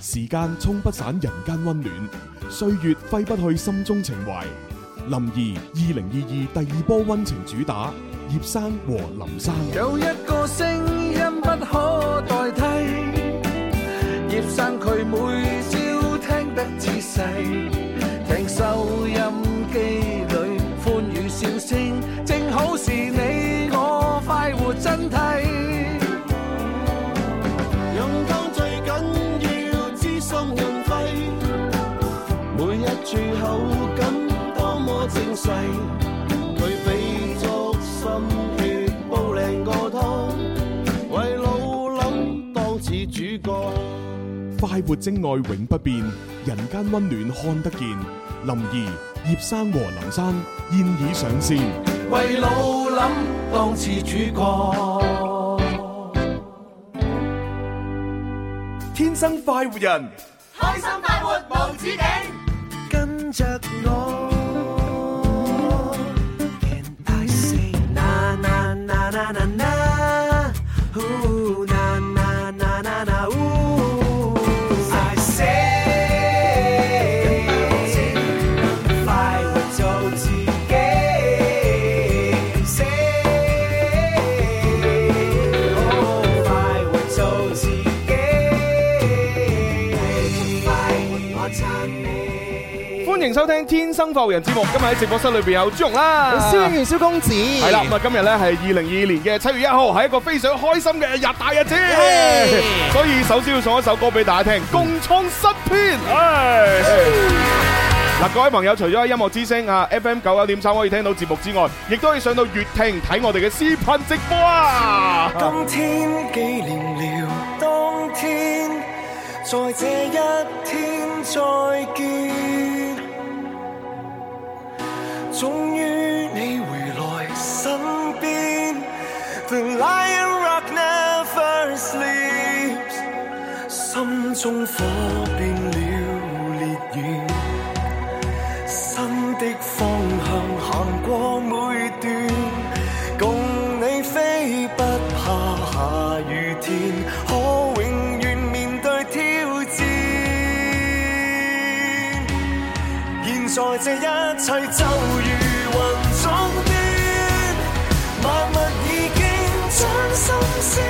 時間沖不散人間溫暖，歲月揮不去心中情懷。林兒二零二二第二波溫情主打，葉生和林生。有一個聲音不可代替，葉生佢每朝聽得仔細，聽收音機裏歡語笑聲，正好是你我快活真諦。用湯最緊要知心潤肺，每一處口感多麼精細，佢俾足心血煲靚個湯，為老諗當似主角。快活精愛永不變，人間溫暖看得見。林兒、葉生和林生現已上線。為老諗當似主角。天生快活人，開心快活無止境。跟着我。Can I say na na na na na na? Ooh, na na na na na ooh. I say 快活做自己，say 哦快活做自己，快活我撐你。歡迎收聽《天生浮人》節目，今日喺直播室裏邊有朱紅啦，蕭敬元、蕭公子，係係啦，咁啊今日咧係二零二二年嘅七月一號，係一個非常開心嘅日大日子，所以首先要送一首歌俾大家聽，《共創新篇》。唉嗱，各位朋友，除咗喺音樂之聲啊 FM 九九點三可以聽到節目之外，亦都可以上到粵聽睇我哋嘅視頻直播啊！今天紀念了當天，在這一天再見。終於你回來身邊，The Lion Rock never sleeps，心中火變了烈焰，新的方向行過每段。共你飛，不怕下雨天，可永遠面對挑戰。現在這一切就如雲中變，萬物已經將心聲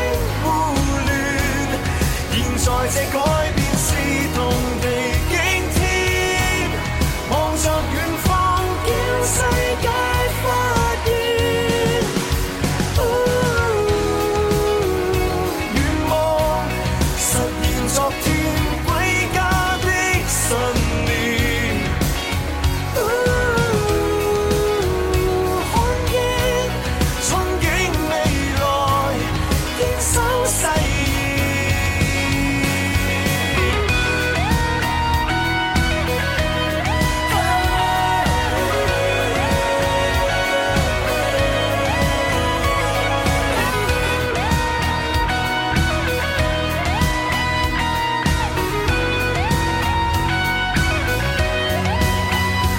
胡亂。現在這改變是同地驚天，望着遠方叫世界發現。願望實現昨天歸家的信念，看見憧憬未來，堅守誓言。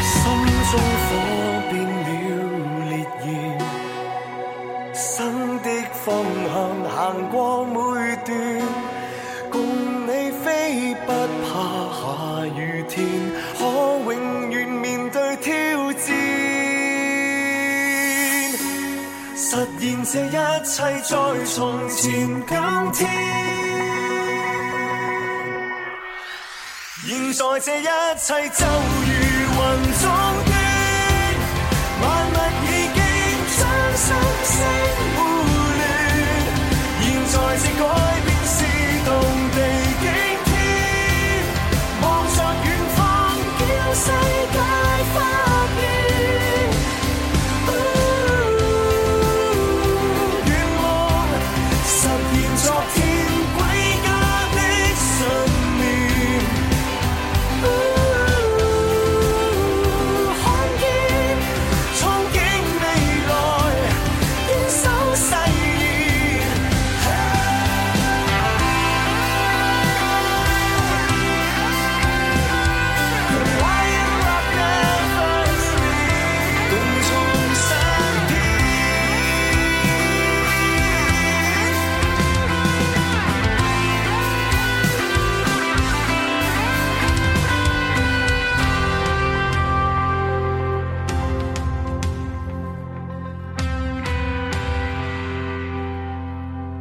心中火變了烈焰，新的方向行過每段，共你飛不怕下雨天，可永遠面對挑戰。實現這一切，在從前今天。現在這一切就如雲中變，萬物已經將心聲胡亂。現在這改變是動地驚天，望着遠方叫世界發現。願望實現昨天歸家的信念。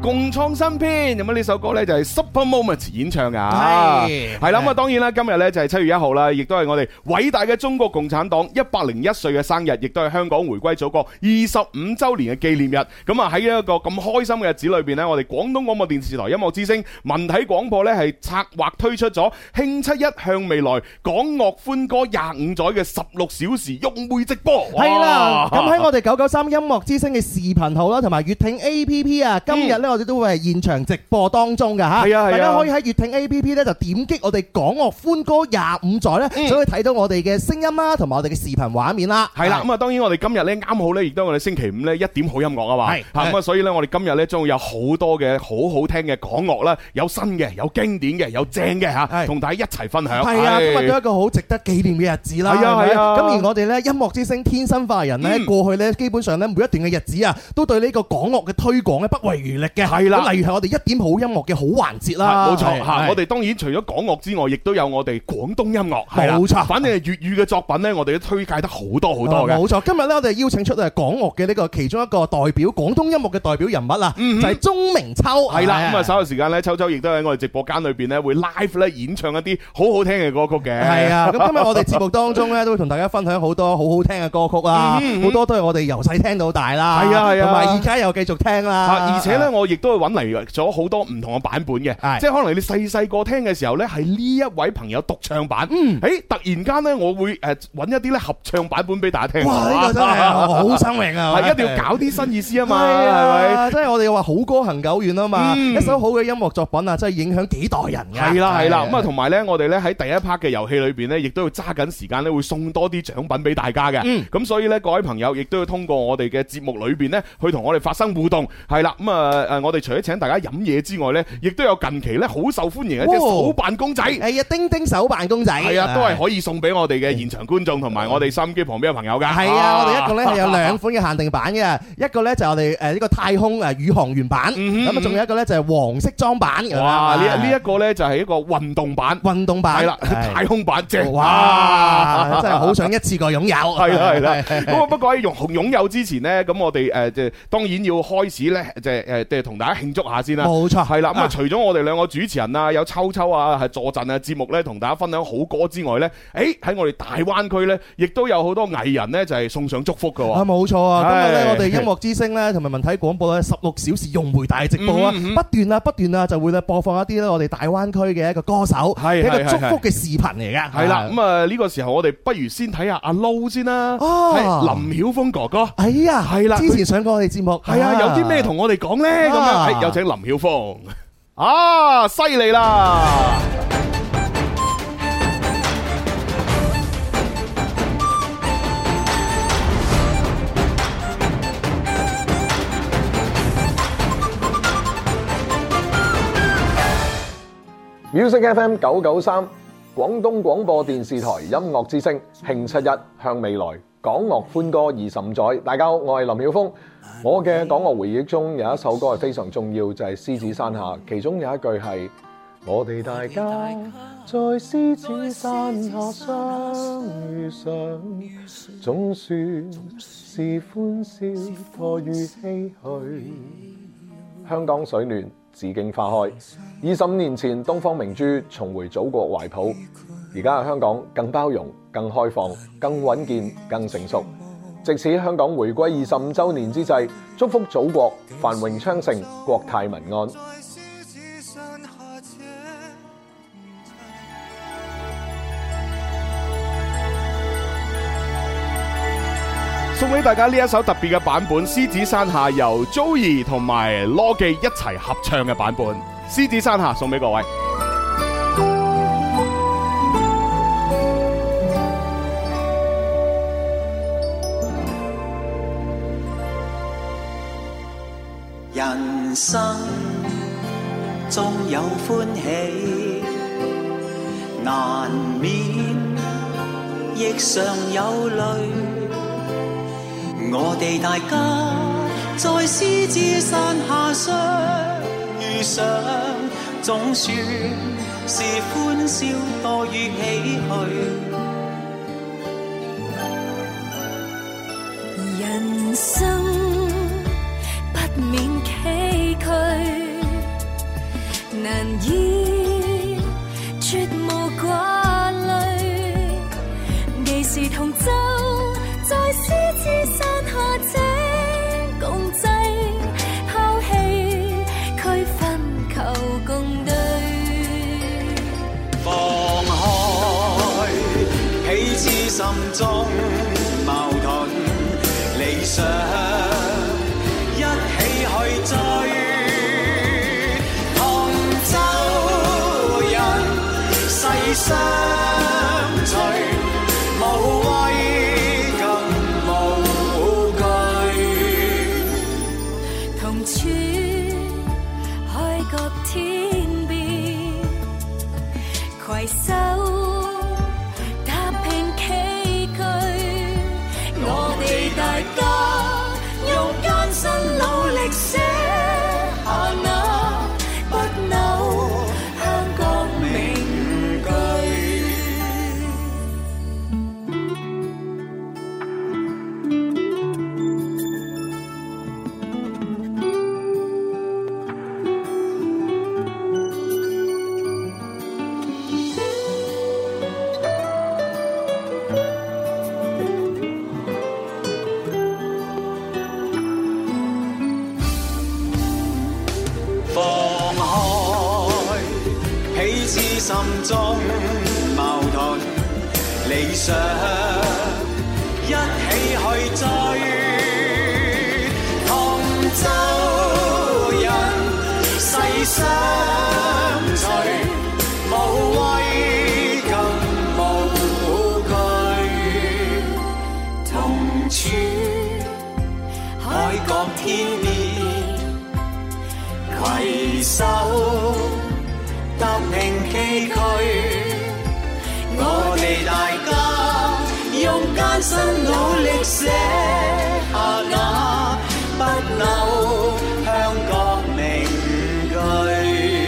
共創新篇》。咁啊呢首歌咧就係 Super Moment 演唱噶，係係啦。咁啊係當然啦，今日咧就係七月一號啦，亦都係我哋偉大嘅中國共產黨一百零一歲嘅生日，亦都係香港回歸祖國二十五週年嘅紀念日。咁啊喺一個咁開心嘅日子裏邊呢，我哋廣東廣播電視台音樂之聲文體廣播咧係策劃推出咗慶七一向未來港樂歡歌廿五載嘅十六小時用妹直播。哇係啦，咁喺我哋九九三音樂之星嘅視頻號啦，同埋粵聽 A P P 啊，今日呢，我哋都會係現場直播當中嘅嚇，係啊係啊大家可以喺粵聽 A P P 呢，就點擊我哋港樂歡歌廿五載呢，嗯就可以睇到我哋嘅聲音啊啦，同埋我哋嘅視頻畫面啦。系啦，咁啊，當然我哋今日咧啱好咧，亦都係我哋星期五咧一點好音樂啊嘛，係嚇咁啊，係所以咧我哋今日咧將會有好多嘅好好聽嘅港樂啦，有新嘅，有經典嘅，有正嘅嚇，係同大家一齊分享。係啊，今係日都一個好值得紀念嘅日子啦。係啊係咪係啊咁而我哋咧音樂之星天生化人咧嗯，過去咧基本上咧每一段嘅日子啊，都對呢個港樂嘅推廣咧不遺餘力嘅。係啦咁例如係我哋一點好音樂嘅好環節啦。係冇錯係嚇，係我哋當然除咗港樂之外，亦都有我哋廣東音樂，係啦冇錯反正係粵語嘅作品咧，我哋都推介得好多好多啊嘅。冇錯，今日咧我哋邀請出誒港樂嘅呢個其中一個代表，廣東音樂嘅代表人物啊，就係鐘明秋。係係啦，咁啊稍後時間咧，秋秋亦都喺我哋直播間裏邊咧，會 live 咧演唱一啲好好聽嘅歌曲嘅。係啊，咁今日我哋節目當中咧，都會同大家分享好多好好聽嘅歌曲啊，好多都係我哋由細聽到大啦，係啊係啊同埋而家又繼續聽啦啊！，而且咧，我亦都係揾嚟咗好多唔同嘅版本嘅，係即係可能你細細個聽嘅時候咧，係呢一位朋友獨唱版，嗯，誒突然間咧，我會誒揾一啲咧合唱版本俾大家聽，哇！呢個 真係好新穎啊，係一定要搞啲新意思啊係嘛，係咪？啊，真係我哋話好歌行久遠啊嘛，嗯一首好嘅音樂作品啊，真係影響幾代人㗎。係啦係啦，咁啊同埋咧，我哋咧喺第一 part 嘅遊戲裏邊咧，亦都要揸緊時間咧，會送多啲獎品俾大家嘅。嗯咁所以咧，各位朋友亦都要通過我哋嘅節目裏邊咧，去同我哋發生互動。係啦，咁啊誒，我哋除咗請大家飲嘢之外咧，亦都有近期咧好受歡迎嘅一隻哇手辦公仔。係啊，丁丁手辦公仔，系啊，都係可以送俾我哋嘅現場觀眾同埋我哋收音機旁邊嘅朋友噶。係嗯啊，我哋一共咧係有兩款嘅限定版嘅， 一個咧就係我哋呃誒呢個太空誒宇航員版，嗯咁啊仲有一個咧就係黃色裝版咁樣哇！啊呢呢一個呢，就係一個運動版，運動版係啦，啊係太空版正。 啊哇！真係好想一次過擁有，系係啦系 啦，咁啊不過喺用擁有之前呢，咁我哋誒即係當然要開始呢，即係呃誒即係同大家慶祝下先啦。冇錯，係啦，咁啊啊除咗我哋兩個主持人啊，有秋秋啊，係坐陣啊，節目呢，同大家分享好歌之外呢，誒喺我哋大灣區呢，亦都有好多藝人呢，就係送上祝福噶。啊，冇錯啊！今日係咧，我哋音樂之聲咧，同埋文體廣播咧，十六小時用媒大直播嗯啊，不斷啊，不斷啊，就會咧播放一啲咧我哋大灣區嘅一個歌手，係一個係係祝福嘅視頻嚟嘅。系啦，咁啊呢個時候我哋不如先睇下阿 Low 先啦，哦係林曉峰哥哥，哎呀，係啦之前上過我哋節目，係啊，有啲咩同我哋講呢？咁啊樣，係哎有請林曉峰，啊，犀利啦！ Music FM 九九三，廣東廣播電視台音樂之聲慶七一向未來，港樂歡歌二十五載。大家好，我係林曉峰。我嘅港樂回憶中有一首歌係非常重要，就係、獅子山下》，其中有一句係：我哋大家在獅子山下相遇上，總算是歡笑過於唏噓。香港水暖，紫荊花開。二十五年前，東方明珠重回祖國懷抱，而家嘅香港更包容、更開放、更穩健、更成熟。藉此香港回歸二十五週年之際，祝福祖國繁榮昌盛、國泰民安。送俾大家呢一首特別嘅版本《獅子山下》，由 Joey 同埋 l 記一齊合唱嘅版本《獅子山下》，送俾各位。人生縱有歡喜，難免亦常有淚。我哋大家在獅子山下相遇上，總算是歡笑多於唏噓。人生不免崎嶇，心中矛盾理想，一起去追。同舟人世相隨，無畏更無懼。同處海角天邊，攜手踏平崎嶇，我哋大家用艱辛努力寫下那不朽香港名句。放開彼此心中矛盾理想，一起去追。同舟人世相隨，無畏更無懼，同處海角天邊。携手踏平崎嶇，我哋大家用艱辛努力寫下那不朽香港名句。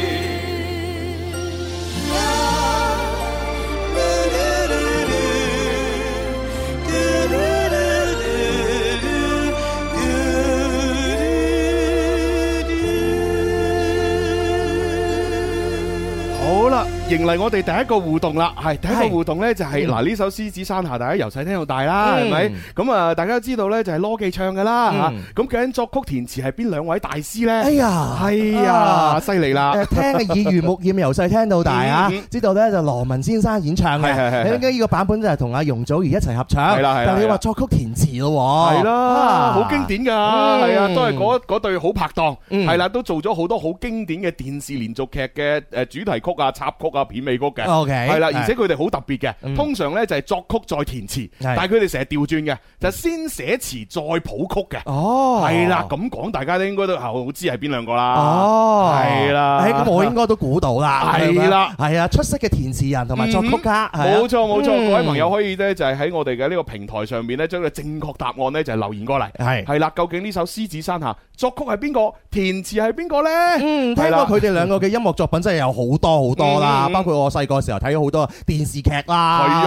好啦，迎嚟我哋第一個互動啦，係第一係個互動呢，就係嗱呢首《獅子山下》，大家由細聽到大啦，嗯係咪？咁啊，大家都知道呢，就係羅記唱噶啦啊嗯嚇。咁究竟作曲填詞係邊兩位大師呢？哎呀係呀，啊犀利 啦！誒聽嘅耳濡目染，由細聽到大啊嗯嗯！知道咧就羅文先生演唱係係係嘅，係你應該呢個版本就係同阿容祖兒一齊合唱。係啦係啦但你係啦話作曲填詞咯喎，係啦，啊好經典㗎，嗯係啊，都係嗰嗰對好拍檔，嗯係啦，都做咗好多好經典嘅電視連續劇嘅誒主題曲啊、插曲啊、片尾曲嘅。 OK，係啦，係而且佢哋好特別嘅，嗯通常呢就係作曲再填詞，但係佢哋成日調轉嘅，就先寫詞再譜曲嘅。哦，係啦，咁講大家都應該都好知係邊兩個啦。哦，係啦，誒咁我應該都估到啦，係啦嗯係啊，出色嘅填詞人同埋作曲家，係啊冇錯冇錯，嗯各位朋友可以呢，就係喺我哋嘅呢個平台上面呢，將個正確答案呢，就係留言過嚟。係係啦，究竟呢首《獅子山下》作曲係邊個，填詞係邊個呢？嗯，聽係啦過佢哋兩個嘅音樂作品真係有好多好多啦，嗯包括我細個時候睇咗好多電視劇啦，係啊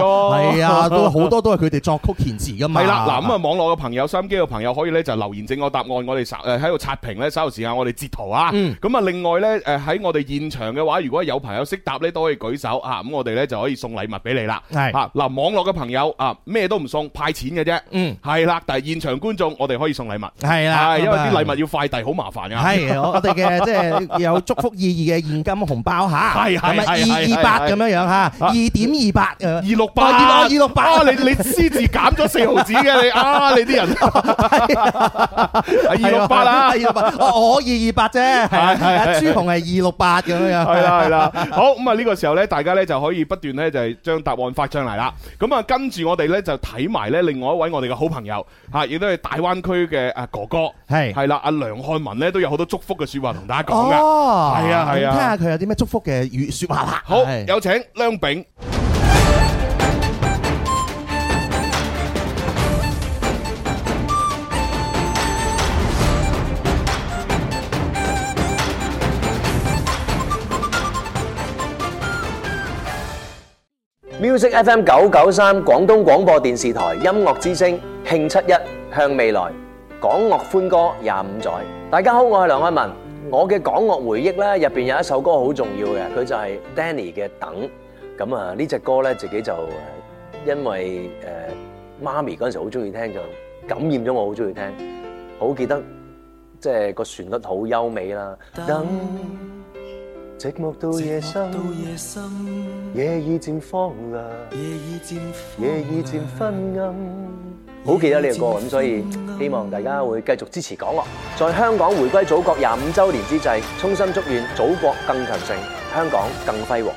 係啊，都好多都係佢哋作曲填詞噶嘛。係啦，嗱咁啊，網絡嘅朋友、收音機嘅朋友可以咧就留言正確答案，我哋稍呃誒喺度刷屏咧，稍後時間我哋截圖啊。嗯咁啊，另外咧誒喺我哋現場嘅話，如果有朋友識答咧，都可以舉手啊。咁我哋咧就可以送禮物俾你啦。係啊，嗱，網絡嘅朋友啊，咩都唔送，派錢嘅啫。嗯，係啦，但係現場觀眾我哋可以送禮物，係啦，係因為啲禮物物要快遞好麻煩啊。係我我 哋嘅即係有祝福意義嘅現金紅包嚇，係係咁啊係係二二八係咁樣樣嚇，二點二八啊二誒。六八哦二六二六八啊！你你私自減咗四毫子嘅 你啊！你啲人啊二六八啦啊係，二六八，哦我我二二八啫，係啊係係係朱紅係二六八咁樣樣，啊系啦系啦，好咁啊！呢個時候呢，大家呢就可以不斷呢，就係將答案發上嚟啦。咁啊，跟住我哋呢，就睇埋呢另外一位我哋嘅好朋友吓，亦都係大灣區嘅啊哥哥，係係啦，阿梁漢文呢，都有好多祝福嘅说話同大家講噶。哦，係啊係啊咁聽下佢有啲咩祝福嘅語説話啦。好，係有請梁炳。 Music FM 九九三廣東廣播電視台音樂之聲慶七一向未來，港樂歡歌廿五載。大家好，我係梁漢文。我嘅港樂回憶咧，入邊有一首歌好重要嘅，佢就係 Danny 嘅《等》。咁啊，呢只歌咧自己就誒因為誒媽咪嗰陣時好中意聽，就感染咗我好中意聽。好記得即係個旋律好優美啦。等寂寞到夜深，到夜深，夜已漸荒涼，夜已漸夜已漸昏暗。好記得呢個歌，咁所以希望大家會繼續支持港樂。在香港回歸祖國廿五週年之際，衷心祝願祖國更強盛，香港更輝煌。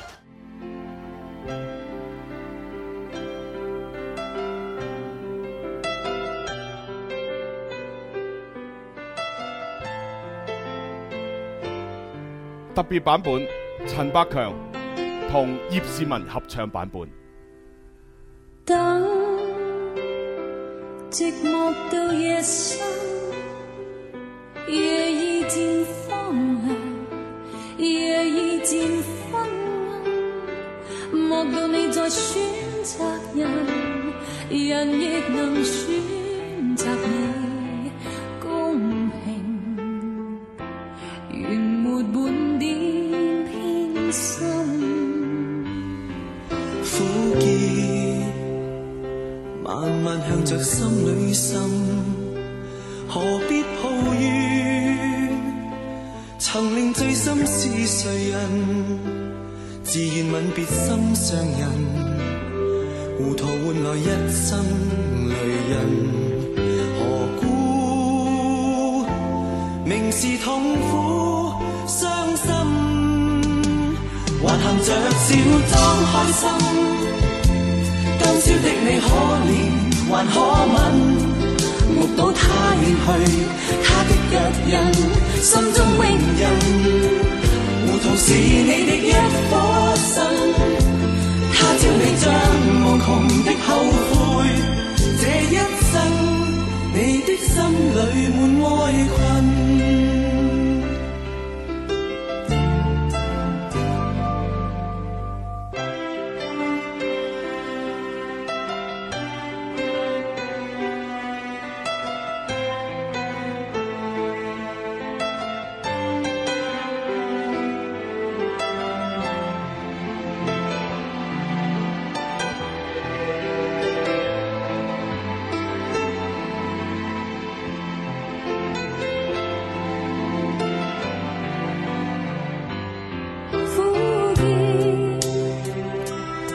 特別版本，陳百強同葉倩文合唱版本。等寂寞到夜深，夜已漸荒涼，夜已漸昏暗。莫道你在選擇人，人亦能選擇你，公平。原沒半點偏心。苦澀，慢慢向着心裏滲，何必抱怨？曾令最深是誰人？自願吻別心上人，糊塗換來一生淚印，何故明是痛苦傷心？還含着笑裝開心。今宵的你可憐還可吻，目睹他遠去，他的腳印，心中永印。糊塗是你的一顆心，他朝你將無窮的後悔，這一生你的心裏滿哀困。苦澀，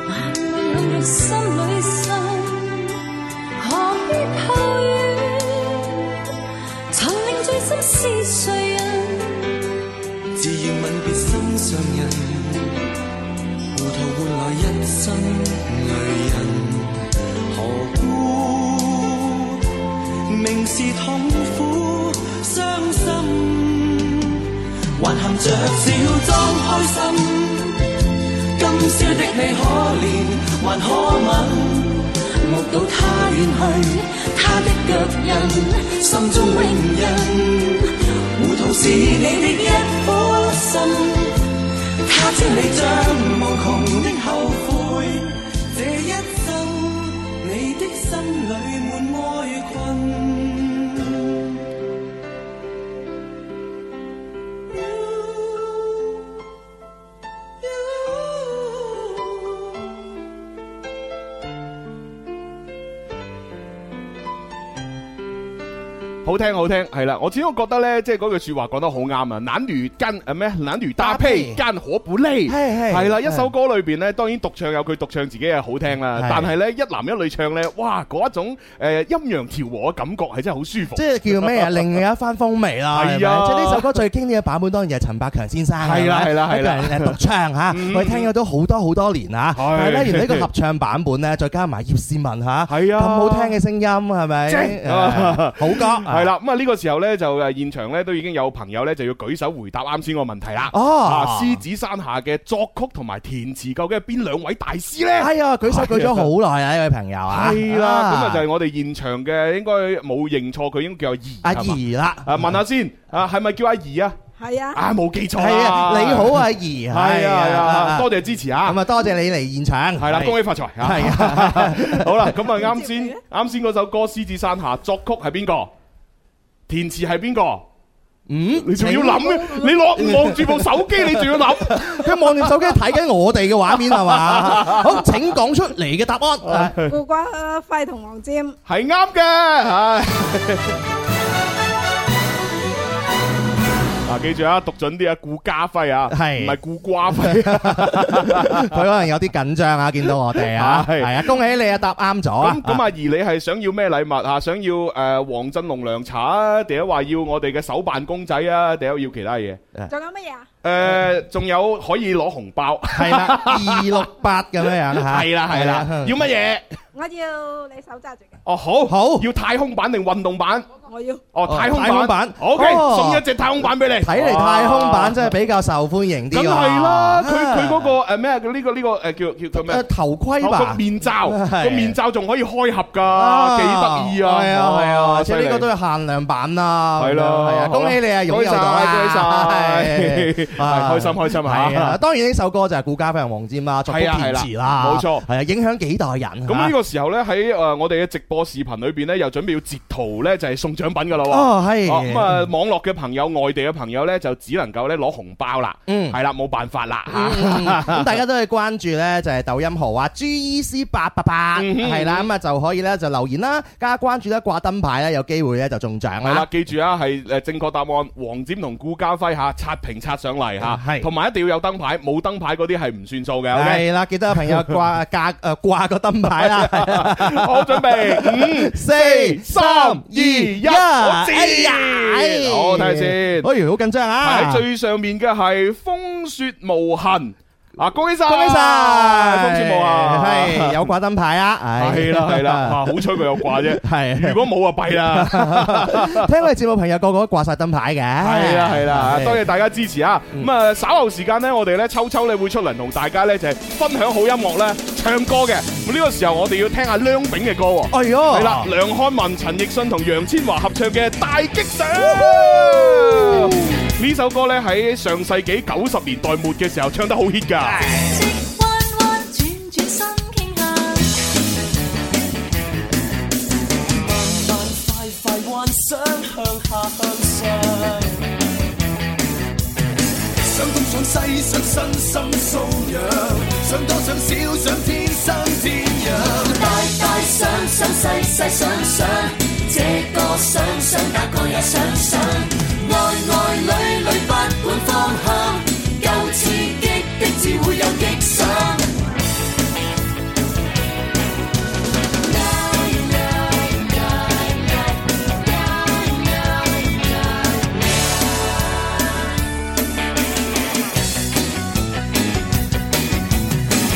慢慢涌入心裏心，何必抱怨？曾令最深是誰人？自願吻別心上人，糊塗換來一身淚人。何故明是痛苦傷心，還含着笑裝開心。今宵的你可憐還可吻，目睹他遠去，他的腳印，心中永印。糊塗是你的一顆心，他朝你將無窮的後悔，這一生你的心裏滿哀困。好聽好聽，係啦，我始終覺得咧，即係嗰句説話講得好啱啊！男女間誒咩？男女搭配間可本利，係係係啦，係一首歌裏邊咧，當然獨唱有佢獨唱自己嘅好聽啦係，但係咧一男一女唱咧，哇嗰一種誒陰陽調和嘅感覺係真係好舒服。即係叫咩 啊？另一番風味啦，係咪係啊即係呢首歌最經典嘅版本當然係陳百強先生啦係啦咪係啦係啦一個人誒獨唱嚇，我哋聽咗都好多好多年嚇。係但係咧，原來呢個合唱版本咧，再加埋葉倩文嚇，係啊咁好聽嘅聲音係咪？正誒好歌 係。啦，咁啊呢個時候呢，就誒現場呢，都已經有朋友呢，就要舉手回答啱先個問題啦。哦啊獅子山下嘅作曲同埋填詞究竟係邊兩位大師呢？哎呀，舉手舉咗好耐啊！呢位朋友啊，係啦，咁啊就係我哋現場嘅，應該冇認錯，佢應該叫阿怡。阿係嘛。怡啦，啊問下先，啊係咪叫阿怡啊？係啊，啊冇記錯係啊，你好，阿 怡，係啊係啊，多謝支持啊咁！啊，多謝你嚟現場，係啦，恭喜發財啊！係啊， 好啦，咁啊啱先啱先嗰首歌《獅子山下》，作曲係邊個？填詞係邊個？嗯，你仲要諗嘅？你攞望住部手機，你仲要諗？ 佢望住手機睇緊我哋嘅畫面 係嘛？好，請講出嚟嘅答案。 顧嘉輝同黃霑，係啱嘅，唉。啊，記住啊，讀準啲啊，顧家輝啊，係唔係顧瓜輝？佢可能有啲緊張啊，見到我哋啊， 係係啊，恭喜你啊，答啱咗啊咁。咁啊，而你係想要咩禮物啊？想要誒黃振龍涼茶啊，定係話要我哋嘅手辦公仔啊，定係要其他嘢？仲有乜嘢啊？誒，仲有可以攞紅包，係啦， 二六八咁樣樣嚇，係啦係啦，要乜嘢？我要你手揸住嘅，哦，好，好，要太空版定運動版？我要。哦，太空太空版版，OK，哦送一隻太空版俾你。睇嚟太空版真係比較受歡迎啲梗喎。係啦，佢啊佢嗰個誒咩啊？佢呢個呢個誒叫叫佢咩哦誒？頭盔個吧，面罩，係個面罩仲可以開合㗎，啊幾得意啊！係啊係啊，而犀且利呢個都係限量版啦。係啦係啊，恭喜你啊， 擁有到啊！恭 喜晒恭喜晒啊係開心開心啊係啊，當然呢首歌就係顧嘉輝同黃霑啦，作曲係啊填係詞啦啦，冇錯係啊，影響幾代人。咁呢啊個個時候呢，喺誒我哋嘅直播視頻裏邊呢，又準備要截圖呢，就係送獎品㗎啦喎。哦係哦咁啊，網絡嘅朋友、外地嘅朋友呢，就只能夠呢攞紅包啦。嗯係啦，冇辦法啦嚇。咁 大家都係關注咧，就係抖音號啊，G E C 八八八嗯哼係啦，咁啊就可以咧就留言啦，加關注啦，掛燈牌咧，有機會咧就中獎係啦啦，。記住啊，係誒正確答案，黃霑同顧嘉輝嚇刷屏刷上嚟嚇，啊係同埋一定要有燈牌，冇燈牌嗰啲係唔算數嘅。OK，係啦，記得朋友 掛架呃誒掛個燈牌啦。 好準備，五、四三二一，我知哎呀哎好睇下先。哎呀，好緊張排啊！喺最上面嘅係風雪無痕。啊！恭喜晒，恭喜晒，風雪無痕，係有掛燈牌啊！唉係啦係 啦，啊好彩佢有掛啫。係如果冇啊，弊 啦。聽我哋節目朋友個個都掛晒燈牌嘅，係啦係啦，係多謝大家支持啊！咁啊，稍後時間呢，我哋咧秋秋咧會出嚟同大家咧就係分享好音樂咧，唱歌嘅。咁呢個時候我哋要聽下梁炳嘅歌喎。哎呦，係啦，梁漢文、陳奕迅同楊千嬅合唱嘅《大激賞》呢首歌咧喺上世紀九十年代末嘅時候唱得好 hit 㗎。直彎彎轉轉心傾向，慢快快幻想向下向上，想東想西想身心素養，想多想少想天生天養，大大想想細細想想，這個想想那個也想想，愛愛裏裏不管方向，夠刺激的至會有激想。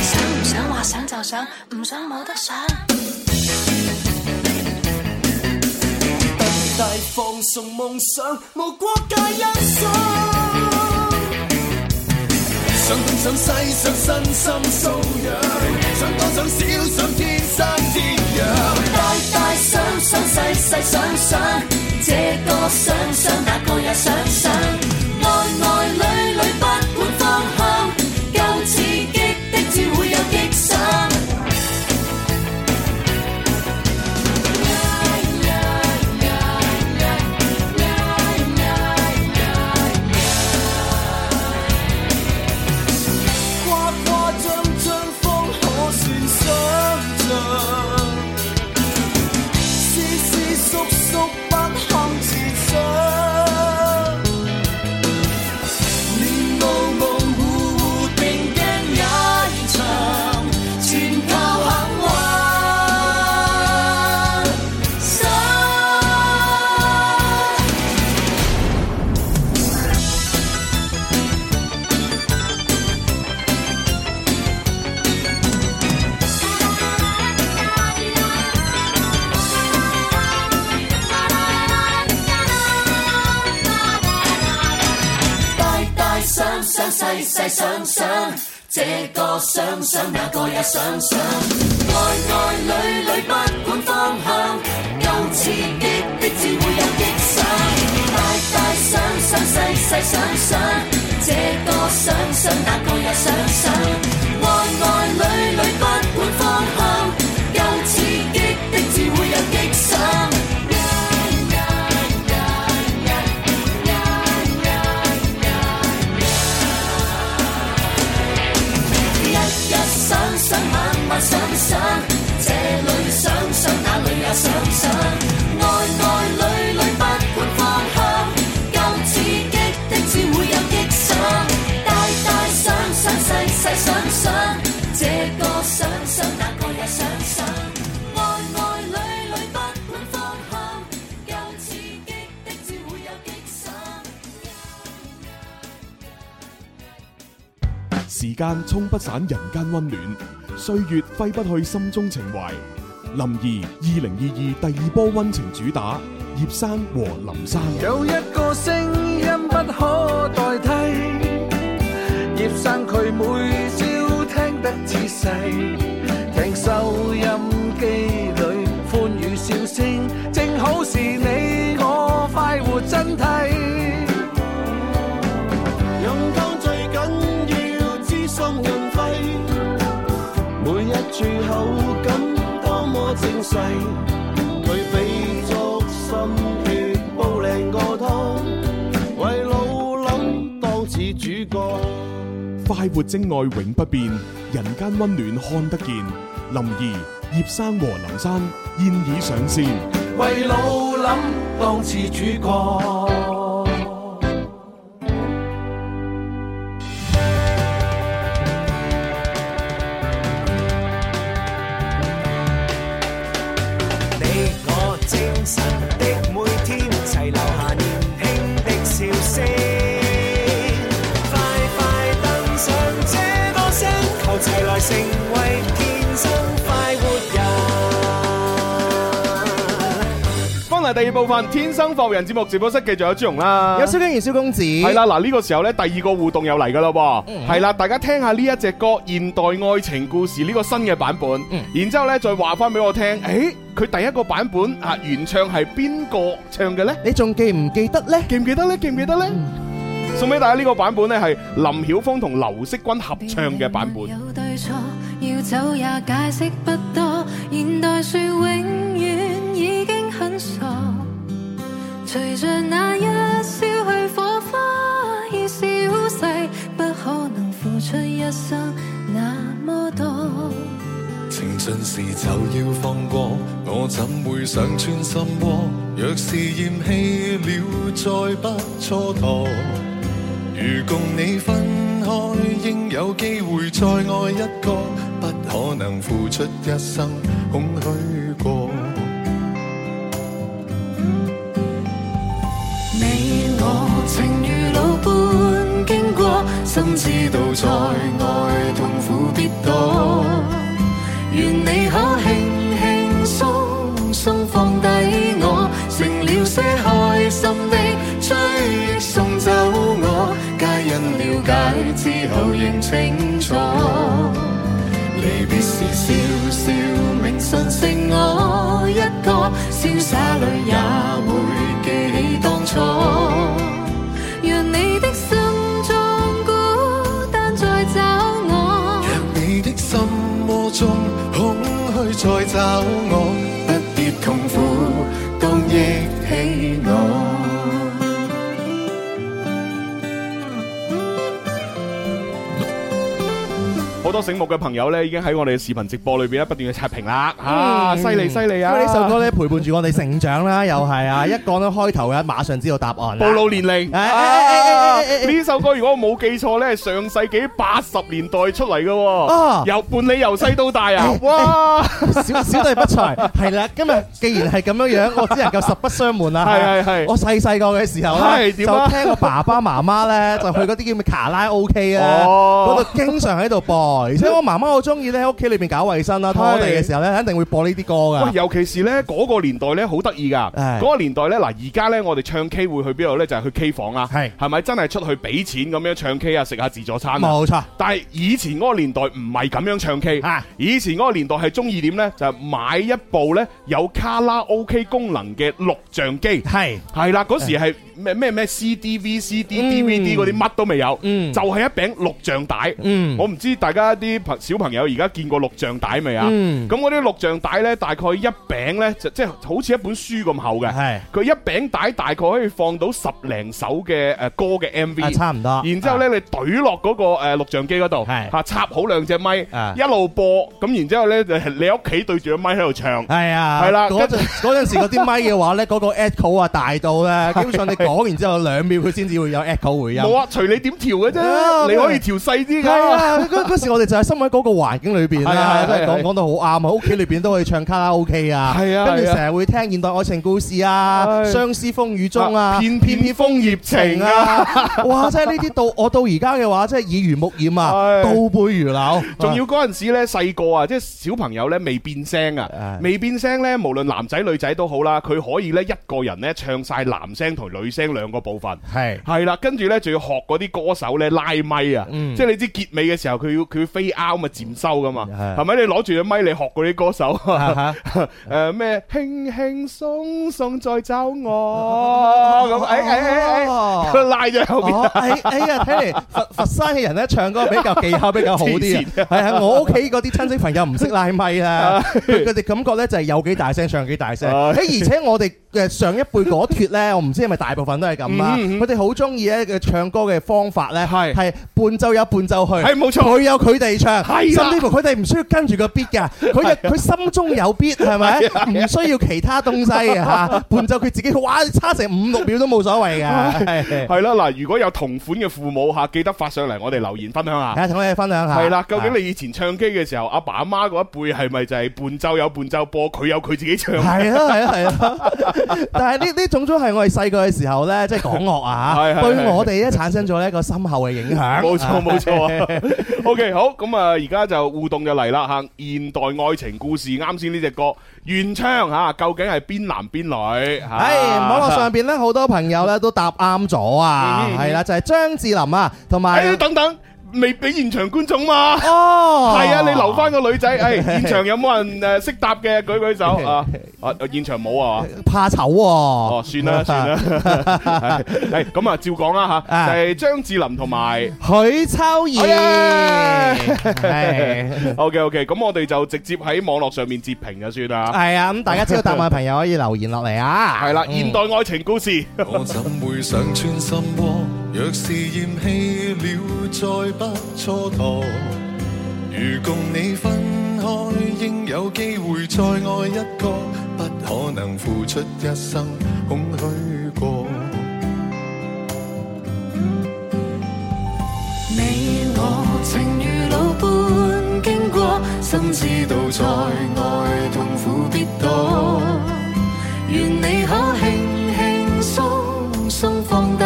想唔想話想就想，唔想冇得想。大放送夢想，無國界欣賞。想東想西想身心素養，想多想少想天生天養。大大想想細細想想，這個想想那個也想想，愛愛裏裏不管方向，夠刺激的至會有激想。誇誇張張方可算想像，斯斯縮縮不堪設想，面模模糊糊定睛也長，全靠肯玩想。大大想想細細想想，這個想想那個也想想，愛愛裏裏不管方向，夠刺激的至會有激想。大大想想細細想想，這個想想那個也想想，愛愛裏裏不管方向，夠刺激的至會有激想。日日想想，晚晚想想，這裏想想，那裏也想想，愛愛裏裏不管方向，夠刺激的個想想那個也想想，愛愛侶侶不管方向，有刺激的只會有激時間沖不散人間溫暖，歲月揮不去心中情懷。林兒二零二二第二波溫情主打，葉生和林生。有一個聲音不可代替，葉生佢每朝聽得仔細，聽收音機裏歡語笑聲，正好是你我快活真諦。勇當最緊要知心潤肺，每一處口感多麼精細，佢俾足心血煲靚個湯，為老諗當似主角。快活精愛永不變，人間溫暖看得見。林兒、葉生和林生現已上線。為老諗當似主角。你我精神的每天，齊留下年輕的笑聲。快快登上這歌聲，求齊來成為天生快活人。翻嚟第二部分《天生浮人》節目直播室，繼續有朱容啦，有蕭敬仁、蕭公子，系啦，嗱呢個時候呢，第二個互動又嚟噶啦嗯喎，係啦，大家聽下呢一隻歌《現代愛情故事》呢個新嘅版本，嗯然之後咧再話翻俾我聽，誒佢第一個版本啊原唱係邊個唱嘅呢？你仲記唔記得呢？嗯記唔記得呢？記唔記得呢？送俾大家呢個版本呢，係林曉峰同劉惜君合唱嘅版本。嗯有對錯，要走也解釋不多。現代說永遠已經很傻，隨着那一消去火花已消逝，不可能付出一生那麼多。情盡時就要放過，我怎會想穿心窩？若是厭棄了，再不蹉跎。如共你分開，應有機會再愛一個，不可能付出一生空虛過。你我情如老伴經過，心知道再愛痛苦必多。願你可輕輕鬆鬆放低我，成了些開心的追憶送走我，皆因了解之後認清楚。離別時笑笑，明晨剩我一個，瀟灑裏也會記起當初。讓你的心中孤單再找我，你的心魔中空虛再找我，不必痛苦，當憶起我。好多醒目嘅朋友呢，已經喺我哋嘅視頻直播裏邊咧不斷嘅刷屏啦，啊，Ừ. 犀利犀利啊！嗯因為呢首歌咧陪伴住我哋成長啦，又係啊，一講到開頭嘅，馬上知道答案啦。暴露年齡。哦哎啊呢首歌如果我冇記錯咧，係上世紀八十年代出嚟嘅啊喎，由伴你由細到大哎啊！哇哇！ 小小弟不才，係啦。今日既然係咁樣樣，我只能夠實不相瞞啦。啊係係係我細細個嘅時候咧，係就點啊聽我爸爸媽媽咧，就去嗰啲叫咩卡拉 OK 啊，哦嗰度經常喺度播。而且我媽媽好中意咧喺屋企裏邊搞衞生啦，拖地嘅時候咧，一定會播呢啲歌喂，㗎。尤其是咧嗰個年代咧，好得意噶。係嗰個年代咧，嗱而家咧，我哋唱 K 會去邊度咧？就係去 K 房啊，係係咪真係出去俾錢咁樣唱 K 啊，食下自助餐啊？冇錯。但係以前嗰個年代唔係咁樣唱 K，以前嗰個年代係中意點咧？就係買一部咧有卡拉 OK 功能嘅錄像機，係嗯係啦，嗰時係咩咩咩 CD、VCD、DVD 嗰啲乜都未有，就係一餅錄像帶。嗯我唔知大家啲朋小朋友而家見過錄像帶未啊？嗯咁嗰啲錄像帶咧，大概一餅咧就即係好似一本書咁厚嘅，係佢一餅帶大概可以放到十零首嘅誒歌嘅 MV，啊差唔多然之後咧，你懟落嗰個誒錄像機嗰度，嚇插好兩隻咪，啊一路播，咁然之後咧，就係你喺屋企對住個咪喺度唱，係啊，係啦， 嗰陣嗰陣時嗰啲咪嘅話咧，嗰個 echo 啊大到咧，基本上你講講，然之後兩秒佢先至會有 echo 回音。冇啊，隨你點調嘅啊啫，你可以調細啲係啊，㗎。嗰嗰時我哋就係生活喺嗰個環境裏邊係啦啊，都係係啊講講到好啱啊！屋企裏邊都可以唱卡拉 OK 啊，係啊跟住係啊成日會聽現代愛情故事啊，係相思風雨中啊，片片楓葉情啊，哇！真係呢啲到我到而家嘅話，真係耳濡目染啊，倒背如流。仲要嗰陣時咧細個啊，即係小朋友咧未變聲啊，未變聲咧，無論男仔女仔都好啦，佢可以咧一個人咧唱晒男聲同女聲兩個部分。係係啦，跟住咧仲要學嗰啲歌手咧拉咪啊，嗯即係你知結尾嘅時候佢要佢要飛 out 咪漸收噶嘛，係咪？你攞住隻咪你學嗰啲歌啊手，啊 誒呃咩輕輕鬆鬆再走我咁，哎誒誒誒誒，拉咗喺後哦，哎邊。哎呀，睇嚟 佛佛山嘅人咧唱歌比較技巧比較好啲黐線啊。係啊，我屋企嗰啲親戚朋友唔識拉咪 啊，佢佢哋感覺咧就係有幾大聲唱幾大聲。唉誒，而且我哋嘅上一輩嗰脱咧，我唔知係咪大部分都係咁啊。嗯嗯佢哋好中意咧嘅唱歌嘅方法咧，係係伴奏有伴奏去，係冇錯佢有佢哋唱，係啦甚至乎佢哋唔需要跟住個 beat 㗎，佢佢心中有 beat 係咪啊係啊？唔需要其他東西 嘅嚇，伴奏佢自己哇差成五六秒都冇所謂㗎。係啊 係啦，嗱，如果有同款嘅父母吓，記得發上嚟我哋留言分享係啊，下。同我哋分享下。係啦，究竟你以前唱 K 嘅時候，阿爸阿媽嗰一輩係咪就係伴奏有伴奏播，佢有佢自己唱？係啊係啊係啊！ 但係呢呢種都係我哋細個嘅時候咧，即係港樂 啊係係嚇，係對我哋咧產生咗一個深厚嘅影響。冇 錯冇錯啊！OK，好咁啊，而家就互動就嚟啦吓，現代愛情故事啱先呢只歌原唱吓，究竟係邊男邊女？係係網絡上邊咧，好多朋友咧都答啱咗啊嗯！哎嗯係啦，就係張智霖啊，同誒埋等等，未俾現場觀眾嘛？哦係啊，你留翻個女仔，誒，現場有冇人誒識答嘅？舉舉手 啊！啊，現場冇啊？怕醜喎。哦哦，算啦算啦，係 係咁啊，照講啦吓，就係張智霖同埋。許秋怡 係 OK OK，咁我哋就直接喺網絡上面截屏就算啦。係啊，咁大家知道答案嘅朋友可以留言落嚟啊。係啦，嗯 現代愛情故事。我怎會想穿心窩？若是嫌棄了，再不蹉跎。如共你分開，應有機會再愛一個，不可能付出一生空虛過。你我情如老伴經過，心知道在外痛苦必多。願你可輕輕鬆鬆放低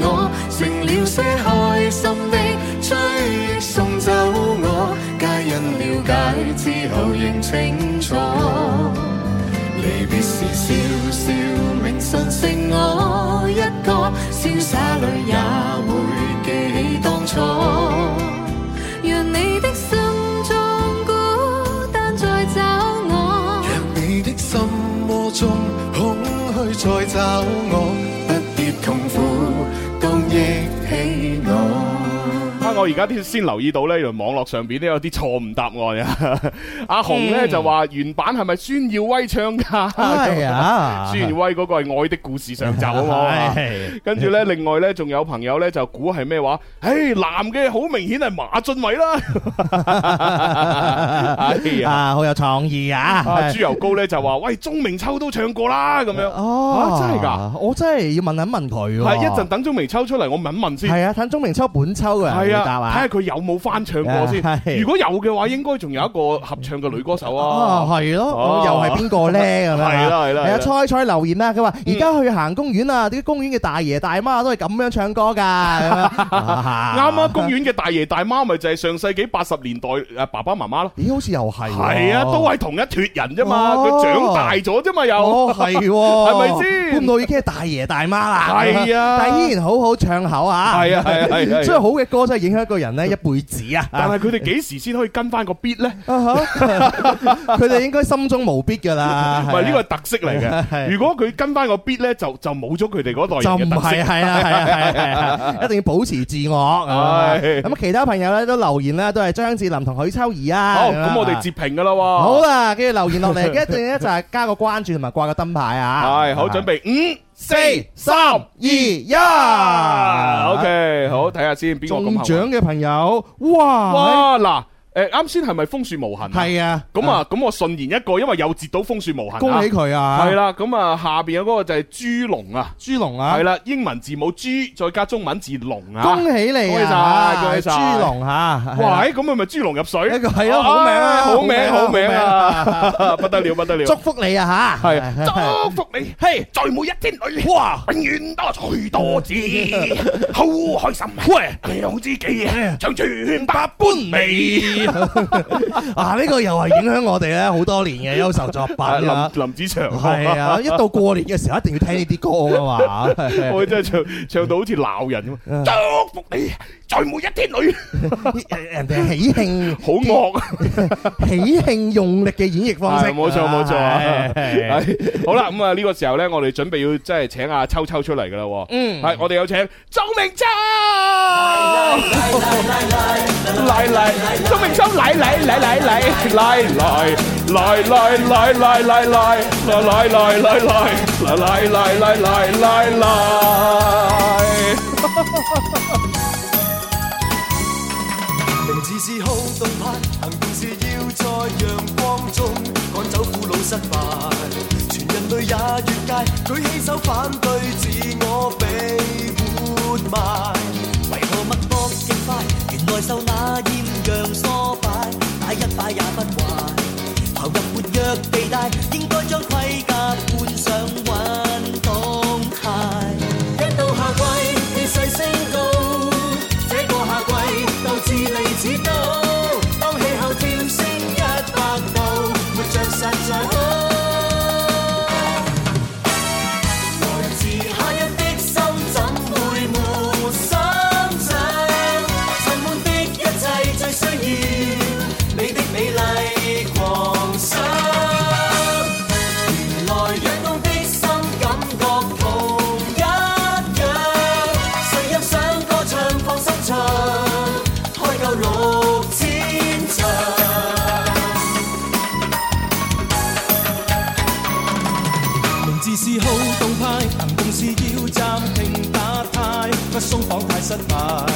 我，成了些開心的追憶送走我，皆因了解之後認清楚。離別時笑笑，明晨剩我一個，瀟灑裏也會記起當初。讓你的心中孤單再找我，你的心魔中空虛再找我，不必痛苦，當憶起我。啊！我而家啲先留意到呢，原來網絡上邊都有啲錯誤答案 啊！阿紅呢嗯就話原版係咪孫耀威唱噶？哎呀 哎孫耀威嗰個係《愛的故事》上集啊 嘛係。跟住呢，另外呢，仲有朋友呢就估係咩話？誒，男嘅好明顯係馬俊偉啦。哎呀！啊，好有創意 啊！ 啊，豬油膏呢就話：喂，鐘明秋都唱過啦，咁樣。哦，啊真係㗎！我真係要問一問佢喎。係一陣等鐘明秋出嚟，我問一問先。係啊，睇鍾明秋本秋嘅人係回答啊，睇下啊。佢有冇翻唱過啊先。係如果有嘅話，應該仲有一個合唱嘅女歌手啊哦，。係咯哦，又係邊 個咧咁樣啊？係啦係啦係係啊，啦 菜菜留言啦，佢話而家去行公園啊，啲公園嘅大爺大媽都係咁樣唱歌㗎。咁樣啊啱啊！公園嘅大爺大媽咪就係上世紀八十年代誒爸爸媽媽咯。咦，好似又係喎。係啊，都係同一脱人啫嘛，哦佢長大咗啫嘛又。哦，係喎， 係咪先？估唔到已經係大爺大媽啦。係啊但係依然好好唱口啊。係啊係啊係啊係啊所以好嘅歌真係影響一個人咧一輩子啊。 但係佢哋幾時先可以跟翻個 beat 咧？佢哋應該心中無必㗎啦。 啊唔係呢個係特色嚟嘅。 係如果佢跟翻個 beat 咧，就就冇咗佢哋嗰代就人唔嘅特色。係係啊係啊係 啊係啊，一定要保持自我啊係咁其他朋友咧都留言啦，都係張智霖同許秋怡啊。好，啊咁我哋截。屏噶啦喎。好。啦，跟住留言落嚟， 一定咧就係加個關注同埋掛個燈牌啊。 係好，準備五、四、三二一。À, 啊，OK，好，睇下先邊個咁中幸運獎嘅朋友，哇！哇！嗱，诶，啱先係咪風雪無痕？係啊咁啊，咁我順延一個，因為又截到風雪無痕啊。恭喜佢啊係啦，咁啊，下边有嗰個就係豬龍啊，豬龍啊係啦，英文字母 G 再加中文字龍啊。恭喜你恭喜啊晒，恭喜晒。豬龍嚇係啊哇，咦咁佢咪豬龍入水？呢個係啊好名啊好名好好名名啊啊， 不得了不得了。祝福你啊嚇！係祝福你，嘿，在每一天裏，哇，永遠都係財多子， 好開心。啊喂，兩知己哎啊，長存百般美。啊！呢個又係影響我哋咧好多年嘅優秀作品啊！ 林林子祥係啊！一到過年嘅時候，一定要聽呢啲歌噶啊嘛。 我真係唱唱到好似鬧人咁。啊祝福你，在每一天裏， 人哋喜慶，好惡， 喜慶用力嘅演繹方式。係冇錯冇錯啊係係好啦，咁啊呢個時候咧，我哋準備要即係請阿秋秋出嚟噶啦喎。嗯係我哋有請周明秋。来来，周明秋来来来来来来来来来来来来来来来来来来来来来来来。名字是好動派，行動是要在陽光中趕走苦惱失敗。全人類也越界，舉起手反對自我被活埋。為何脈搏極快？原來受那厭陽唆擺，擺一擺也不壞。投入活躍地帶，應該將盔甲換上運動鞋。一到夏季，氣勢升高。這個夏季鬥志利指導，當氣候跳升一百度，活着實在好。來自夏日的心怎會沒心想？塵滿的一切最需要你的美麗狂想。原來躍動的心感覺同一樣，誰又想歌唱放心唱，開夠六千場。名字是好動派，行動是要暫停打呔，不鬆綁太失敗。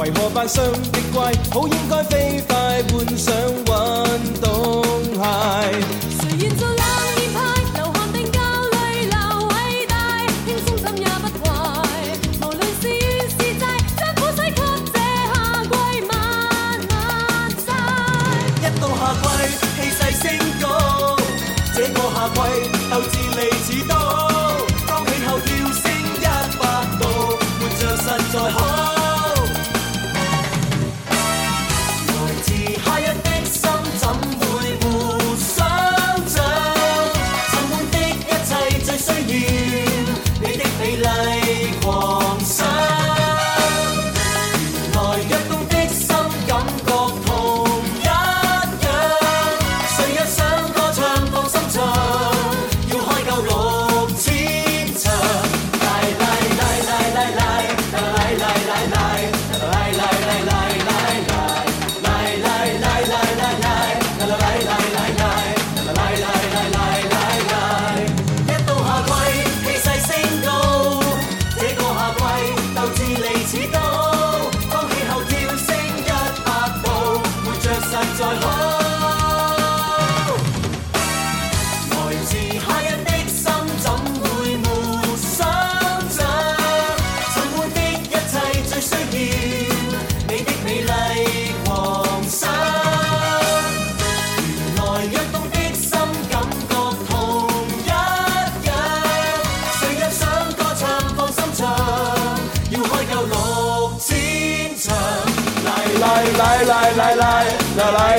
為何扮相極怪？好應該飛快換上運動鞋。誰願做冷熱派？流汗並教淚流偉大，輕鬆怎也不壞。無論是怨是債，將苦水給這夏季慢慢曬。一到夏季，氣勢升高。這個夏季，鬥志利似刀。當氣候跳升一百度，活着實在好。來自夏日的心，怎會沒想像？沉悶的一切最需要你的美麗狂想。原來躍動的心感覺同一樣，誰又想歌唱放心唱？要開夠六千場。來來來來來來來來來來來來來來來來。一到夏季，氣勢升高。這個夏季，鬥志利似刀。當氣候跳升一百步，活着實在好。來自夏日的心，怎會沒生長？沉悶的一切最需要你的美麗狂想。原來躍動的心感覺同一樣，誰又想歌唱放心唱？要開夠六千場，嚟嚟嚟嚟嚟嚟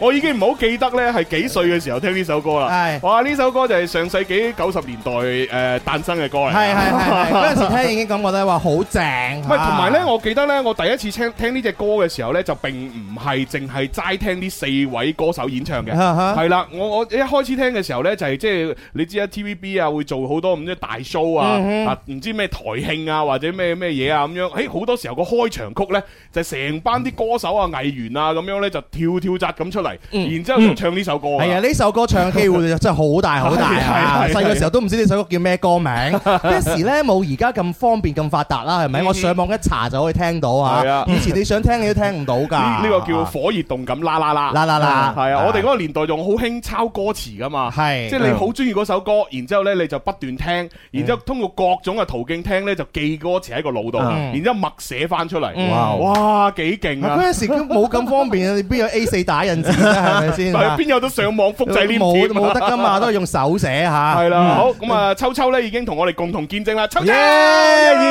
我已經唔好記得咧係幾歲嘅時候聽呢首歌啦。哇！呢首歌就係上世紀九十年代誒誕生嘅歌嚟。 係係係， 嗰陣時聽已經感覺咧話好正啊。唔係，同埋咧，我記得咧，我第一次聽聽呢只歌嘅時候咧，就並唔係淨係齋聽呢四位歌手演唱嘅，啊哈係啦，我我一開始聽嘅時候咧，就係即係你知啦，TVB 啊會做好多咁啲大 show 嗯哼啊，啊唔知咩台慶啊或者咩咩嘢啊咁樣，誒好多時候個開場曲咧就係成班啲歌手啊藝員啊咁樣咧就跳跳扎咁出嚟，嗯然之後就唱呢首歌㗎。係啊，呢首歌唱機會真係好大好大啊！係係係細個時候都唔知呢首歌叫咩 歌名，嗰時咧冇而家咁方便咁發達啦，係咪？我上網一查就可以聽到嗯係啊啊！以前你想聽你都聽唔到㗎。呢呢個叫啊火熱動感啦啦啦啦啦啦係啊！啊我哋嗰個年代仲好興抄歌詞噶嘛，係嗯即係你好中意嗰首歌，然之後咧你就不斷聽，然之後通過各種嘅途徑聽咧就記歌詞喺個腦度，嗯然之後默寫翻出嚟，嗯哇哇幾勁啊！嗰陣時都冇咁方便，你邊有 A 四打印字啫？係咪先？啊但係邊有得上網複製黏貼冇啊冇得㗎嘛，都係用手寫嚇。係啦，嗯好咁啊，秋秋咧已經同我哋共同見證啦，秋秋。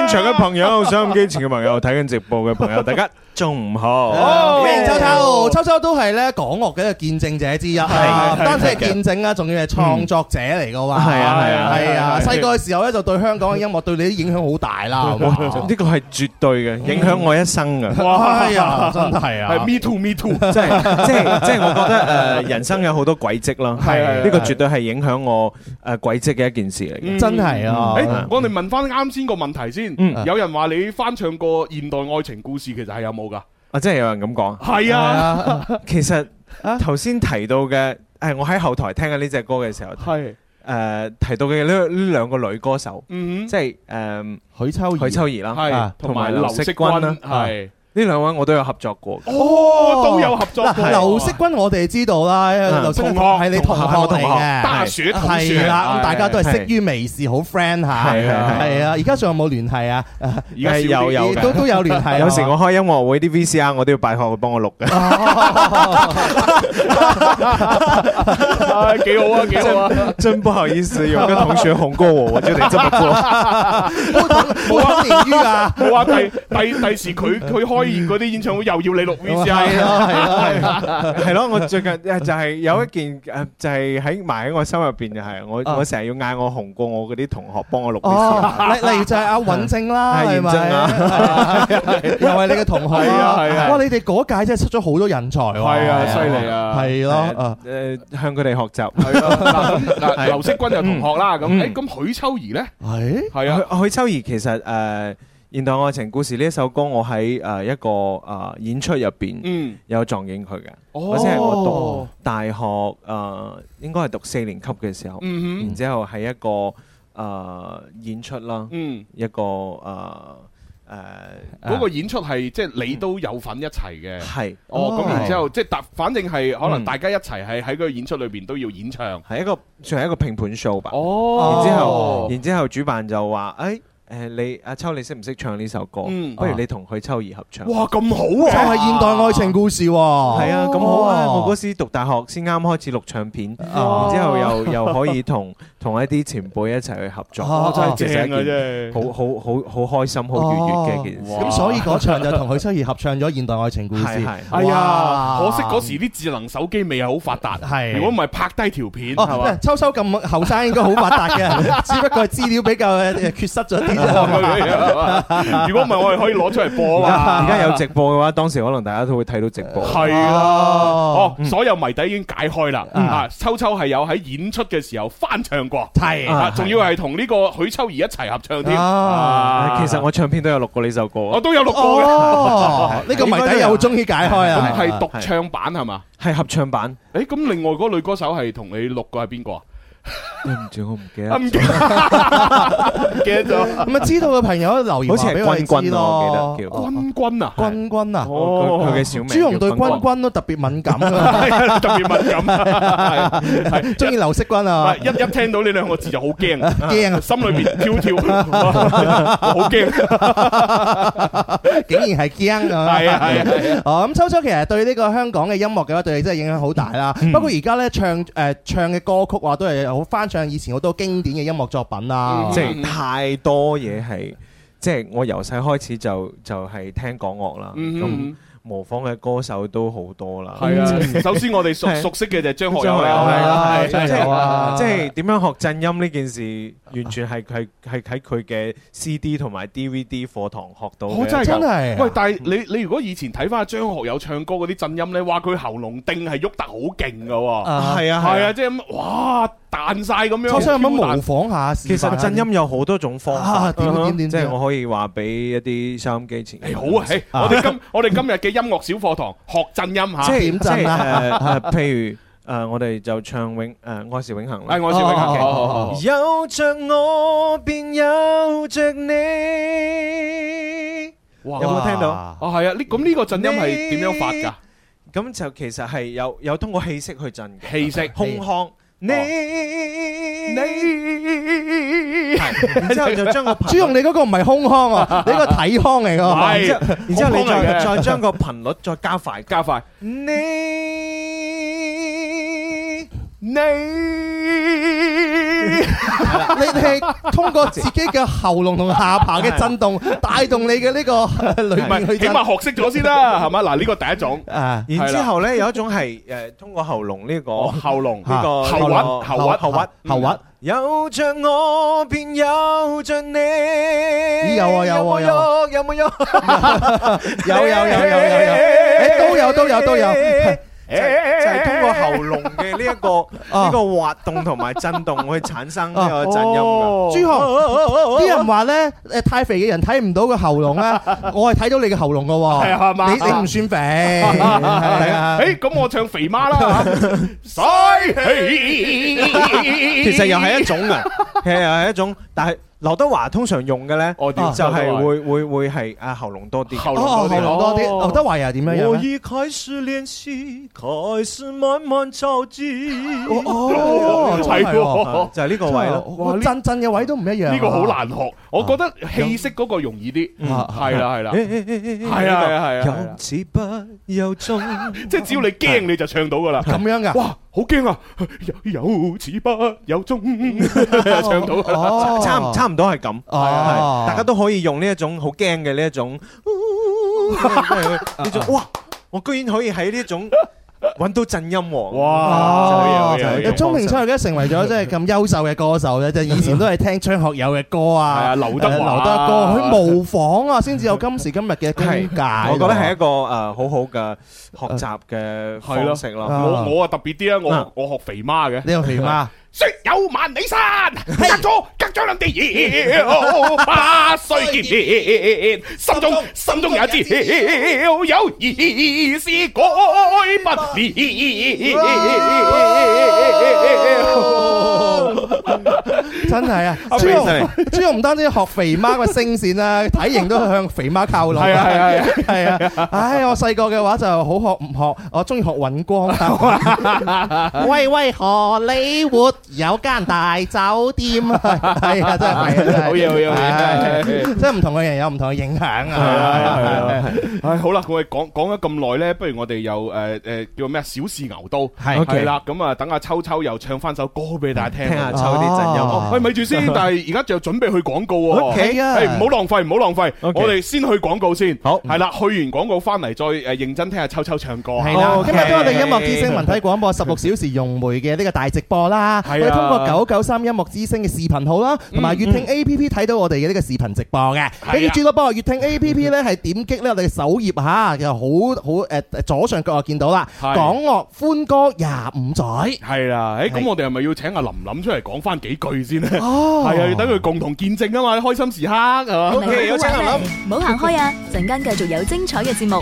現場嘅朋友、收音機前嘅朋友、睇緊直播嘅朋友，大家中午好。歡迎秋秋，秋秋都係咧港樂嘅一個見證者之一啊，唔單止係見證啊，仲要係創作者嚟噶喎。係啊係啊係啊！係啊細個嘅時候咧，就對香港嘅音樂對你啲影響好大 啦。係嘛啊哇呢個係絕對嘅，影響我一生嘅。哇係 啊真係啊係 me too me too，即係即係即係，我覺得呃誒人生有好多軌跡啦。係係呢個係絕對係影響我誒軌跡嘅一件事嚟嗯嘅。啊誒嗯我哋問翻啱先個問題先嗯，有人話你翻唱過現代愛情故事，其實係有冇㗎？啊，真係有人咁講。係啊，其實頭先提到嘅，誒，我喺後台聽緊呢只歌嘅時候，係誒提到嘅呢呢兩個女歌手，嗯即係誒許秋許秋怡啦，啊係同埋劉惜君君啦，啊係呢兩位我都有合作過。哦，都有合作過嗱，劉惜君我哋知道啦，劉惜君同學係你同學同學嚟嘅，大學同學係啦，係咁大家都係係識於微視，好 friend 嚇，係係係啊！而家仲有冇聯繫啊？而係有有嘅都都有聯繫。啊 有時我開音樂會啲 VCR 我都要拜託佢幫我錄嘅。 啊， 幾好啊，幾好啊！真不好意思，有個同學哄過我，我就得這麼做。 冇啊，年於啊，冇啊！第第第時佢佢開嗰啲演唱會又要你錄 V C 啊！係咯係啊咯係咯，我最近誒就係有一件誒，就係喺埋喺我心入邊就係我我成日要嗌我紅過我嗰啲同學幫我錄啊哦，嘅例例如就係阿尹正啦，係係咪？尹正啊係 又係你嘅同學係啊啦，係啊哇！你哋嗰屆真係出咗好多人才喎，係啊犀利啊係咯，誒向佢哋學習。係咯，嗱嗱，係劉惜君就同學啦，咁嗯誒咁許秋怡咧，係係啊，許許秋怡其實誒《現代愛情故事》呢一首歌，我喺誒一個誒演出入邊嗯有撞見佢嘅，哦嗰陣係我讀大學誒應該係讀四年級嘅時候，嗯哼然之後喺一個誒演出啦，嗯一個呃誒誒嗰個演出係即係你都有份一齊嘅，啊係哦，咁係然之後即係大，反正係可能嗯大家一齊係喺個演出裏邊都要演唱，係一個算係一個拼盤 show 吧。哦然之後，然之後主辦就話：，誒誒，你阿秋你識唔識唱呢首歌？嗯不如你同許秋怡合唱。哇咁就好啊！係現代愛哦情故事喎，係係啊，咁好啊！我嗰時讀大學先啱開始錄唱片，然哦之後又又可以同 同一啲前輩一齊去合作，哦真係哦其實一正啊件真係好好好好開心、好愉悅嘅一件事。咁所以嗰場就同許秋怡合唱咗現代愛情故事，係係哎呀，可惜哇嗰時啲智能手機未係好發達，係如果唔係拍低條片係哦嘛，，秋秋咁後生應該好發達 嘅，只不過係資料比較誒缺失咗啲啫。如果唔哦啊係我哋可以攞出嚟播而啊家而嘛，家有直播嘅話，當時可能大家都會睇到直播。係啊，哦，所有謎底已經解開啦。啊，秋秋係有喺演出嘅時候翻唱過，係啊啊，仲要係同呢個許秋怡一齊合唱添。啊啊其實我唱片都有錄過呢首歌。我都有錄過哦嘅， 呢個謎底又終於解開啦咁係獨唱版係嘛？係合唱版。誒，咁另外嗰個女歌手係同你錄過係邊個啊？ 對唔住，我唔記得啊唔記得 唔記得咗。咁啊，知道嘅朋友留言好似話係俾我哋知君君啊咯。我記得叫君君啊，君君啊，哦佢佢嘅小名朱紅對叫君君君君都特別敏 感係啊㗎，特別敏感啊係中意劉惜君啊係。一一聽到呢兩個字就好驚，驚啊心裏邊 跳跳，好驚，竟然係驚咁樣係啊係啊係啊哦，咁秋秋其實對呢個香港嘅音樂嘅話，對你真係影響好大啦。嗯不過而家咧唱誒唱嘅歌曲話，啊都係好翻唱以前好多經典嘅音樂作品嗯啊啦。即係太多嘢係，即係我由細開始就就係聽港樂啦，嗯咁模仿嘅歌手都好多啦。係啊，首先我哋熟係熟悉嘅就係張學友張學友啦啦係啊即係啊張學友啦即係點樣學震音呢件事，完全係係係喺佢嘅 CD 同埋 DVD 課堂學到嘅。我真係啊㗎喂啊喂，，但係你你如果以前睇翻張學友唱歌嗰啲震音咧，哇佢喉嚨定係喐得好勁噶喎，啊係啊係啊係啊，即係咁哇彈晒咁樣。我想有乜 Q 彈模仿下？其實震音有好多種方啊法，點點點即點係我可以話俾一啲收音機前好啊，嘿我哋今 我哋今日嘅音樂小課堂學震音嚇，即係啊 即係，誒，誒，譬如，誒，我哋就唱永-誒，愛是永恆啦。誒，愛是永恆，哦， OK。哦，哦，哦。哇有冇聽到？啊係啊，呢咁呢個震音係點樣發㗎？咁就其實係有-有通過氣息去震嘅。空腔。你你係，然之後就將個頻率-朱用你嗰個唔係胸腔啊，你個體腔嚟㗎。然之後-然之後你胸腔嚟再-嘅 再將個頻率再加快。你你你係通過自己嘅喉嚨同下巴嘅震動，帶動你嘅呢個裏唔係面去起震。啊碼學識咗先啦，係嘛？嗱，呢個第一種， 然之後咧有一種種係誒通過喉嚨呢個喉嚨呢個喉核喉核喉核喉核。有着我便有着你，咦有啊有啊有啊有冇喐？有 有有有有有，誒都有都有都有。就係就係通過喉嚨嘅呢一個呢個滑動同埋震動去產生呢個震音㗎。哦朱紅，啲人話咧，誒太肥嘅人睇唔到個喉嚨咧，我係睇到你嘅喉嚨嘅係喎，係嘛你你唔算肥， 係啊，誒，咁我唱肥媽啦，水其實又係一種啊，其實又係一種，但係劉德華通常用嘅咧，點就係劉德華會會會係啊喉嚨多啲，喉哦，喉嚨多啲，劉德華又係點樣樣我咧？已開始練習，開始慢慢靠近。哦係喎喎，就係啊呢個位咯。哇哇，呢震震嘅位都唔一樣，啊呢個好難學，我覺得氣息嗰個容易啲，係啦係啦，係啊係啊係啊， 有始不由終，即係只要你驚你就唱到噶啦，咁樣㗎哇，好驚啊，有有始不有終，唱到㗎啦，差唔差唔多係咁，哦係大家都可以用呢一種好驚嘅呢一種，呢 種哇，我居然可以喺呢一種揾到震音王，啊啊哇就係呢一種鐘明秋而家成為咗即係咁優秀嘅歌手咧，就以前都係聽張學友嘅歌啊，係啊劉德華誒劉德歌，佢模仿啊，先至有今時今日嘅功架。我覺得係一個誒好好嘅學習嘅係咯方式，咯。我我啊特別啲啊，我我學肥媽嘅，你又肥媽。說有萬里山，隔咗隔咗兩地遙，八歲見面，心中心中也知有意思改不了。真係 啊！阿朱 Prince 紅 朱紅唔單止學肥媽個聲線 啊，體型都向肥媽靠攏。係啊係啊係啊！係啊！唉，我細個嘅話就好學唔學，我中意學尹光啊。喂喂，荷里活有間大酒 店啊！係 À, Dạ, 啊，真係係啊！好嘢好嘢好嘢係即係唔同嘅人有唔同嘅影響 à. 係啊係啊！啊係啊！唉，好啦，我哋講講咗咁耐咧，不如我哋又誒誒叫咩啊小試牛刀係係啦，咁啊等阿秋秋又唱翻首歌俾大家聽，聽下秋啲震音哦喂，咪住先，但係而家就準備去廣告喎。 OK 啊係唔好浪費，唔好浪費， OK 我哋先去廣告先。好，係啦，去完廣告翻嚟再誒認真聽下秋秋唱歌。係啦，今日都我哋音樂之聲問文體題。廣播十六小時用梅嘅呢個大直播啦，我係啊嗯哋通過九九三音樂之聲嘅視頻號啦，同埋粵聽 A P P 睇到我哋嘅呢個視頻直播嘅。啊跟住朱多幫我粵聽 A P P 咧係點擊咧我哋嘅首頁嚇，又好好誒左上角就見到啦，係港樂歡歌廿五載。係啦，誒咁我哋係咪要請阿林林出嚟講翻幾句先咧？哦係啊，要等佢共同見證啊嘛，開心時刻係嘛。OK，有請林林。唔好行開啊！陣間繼續有精彩嘅節目。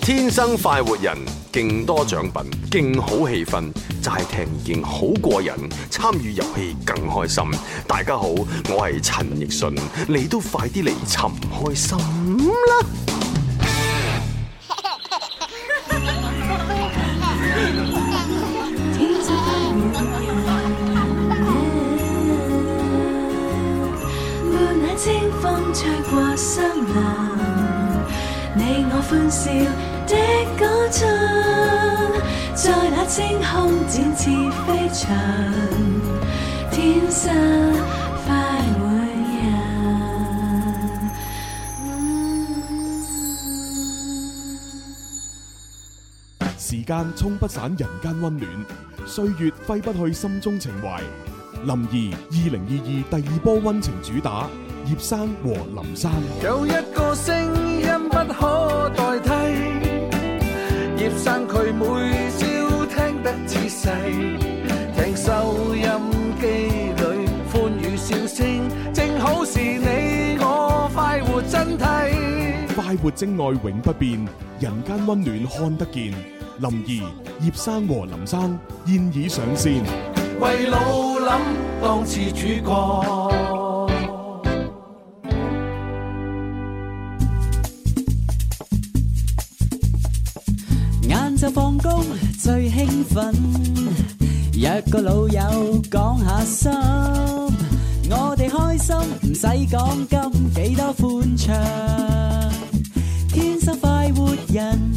天生快活人，勁多獎品，勁好氣氛，齋聽已經好過癮，參與遊戲更開心。大家好，我係陳奕迅，你都快啲嚟尋開心啦！伴那清風吹過森林，你我歡笑的歌唱，在那青空展翅飛翔，天生快活人。時間沖不散人間溫暖，歲月揮不去心中情懷。林兒二零二二第二波溫情主打，葉生和林山。有一個聲音不可代替，葉生佢每朝聽得仔細，前，正好是你我快活真谛。快活精愛永不變，人間温暖看得見。林兒、葉生和林生現已上線。為老諗當次主角。晏晝放工最興奮，Dạ, 約個老友講下心，我哋開心唔使講金，幾多歡暢，天生快活人。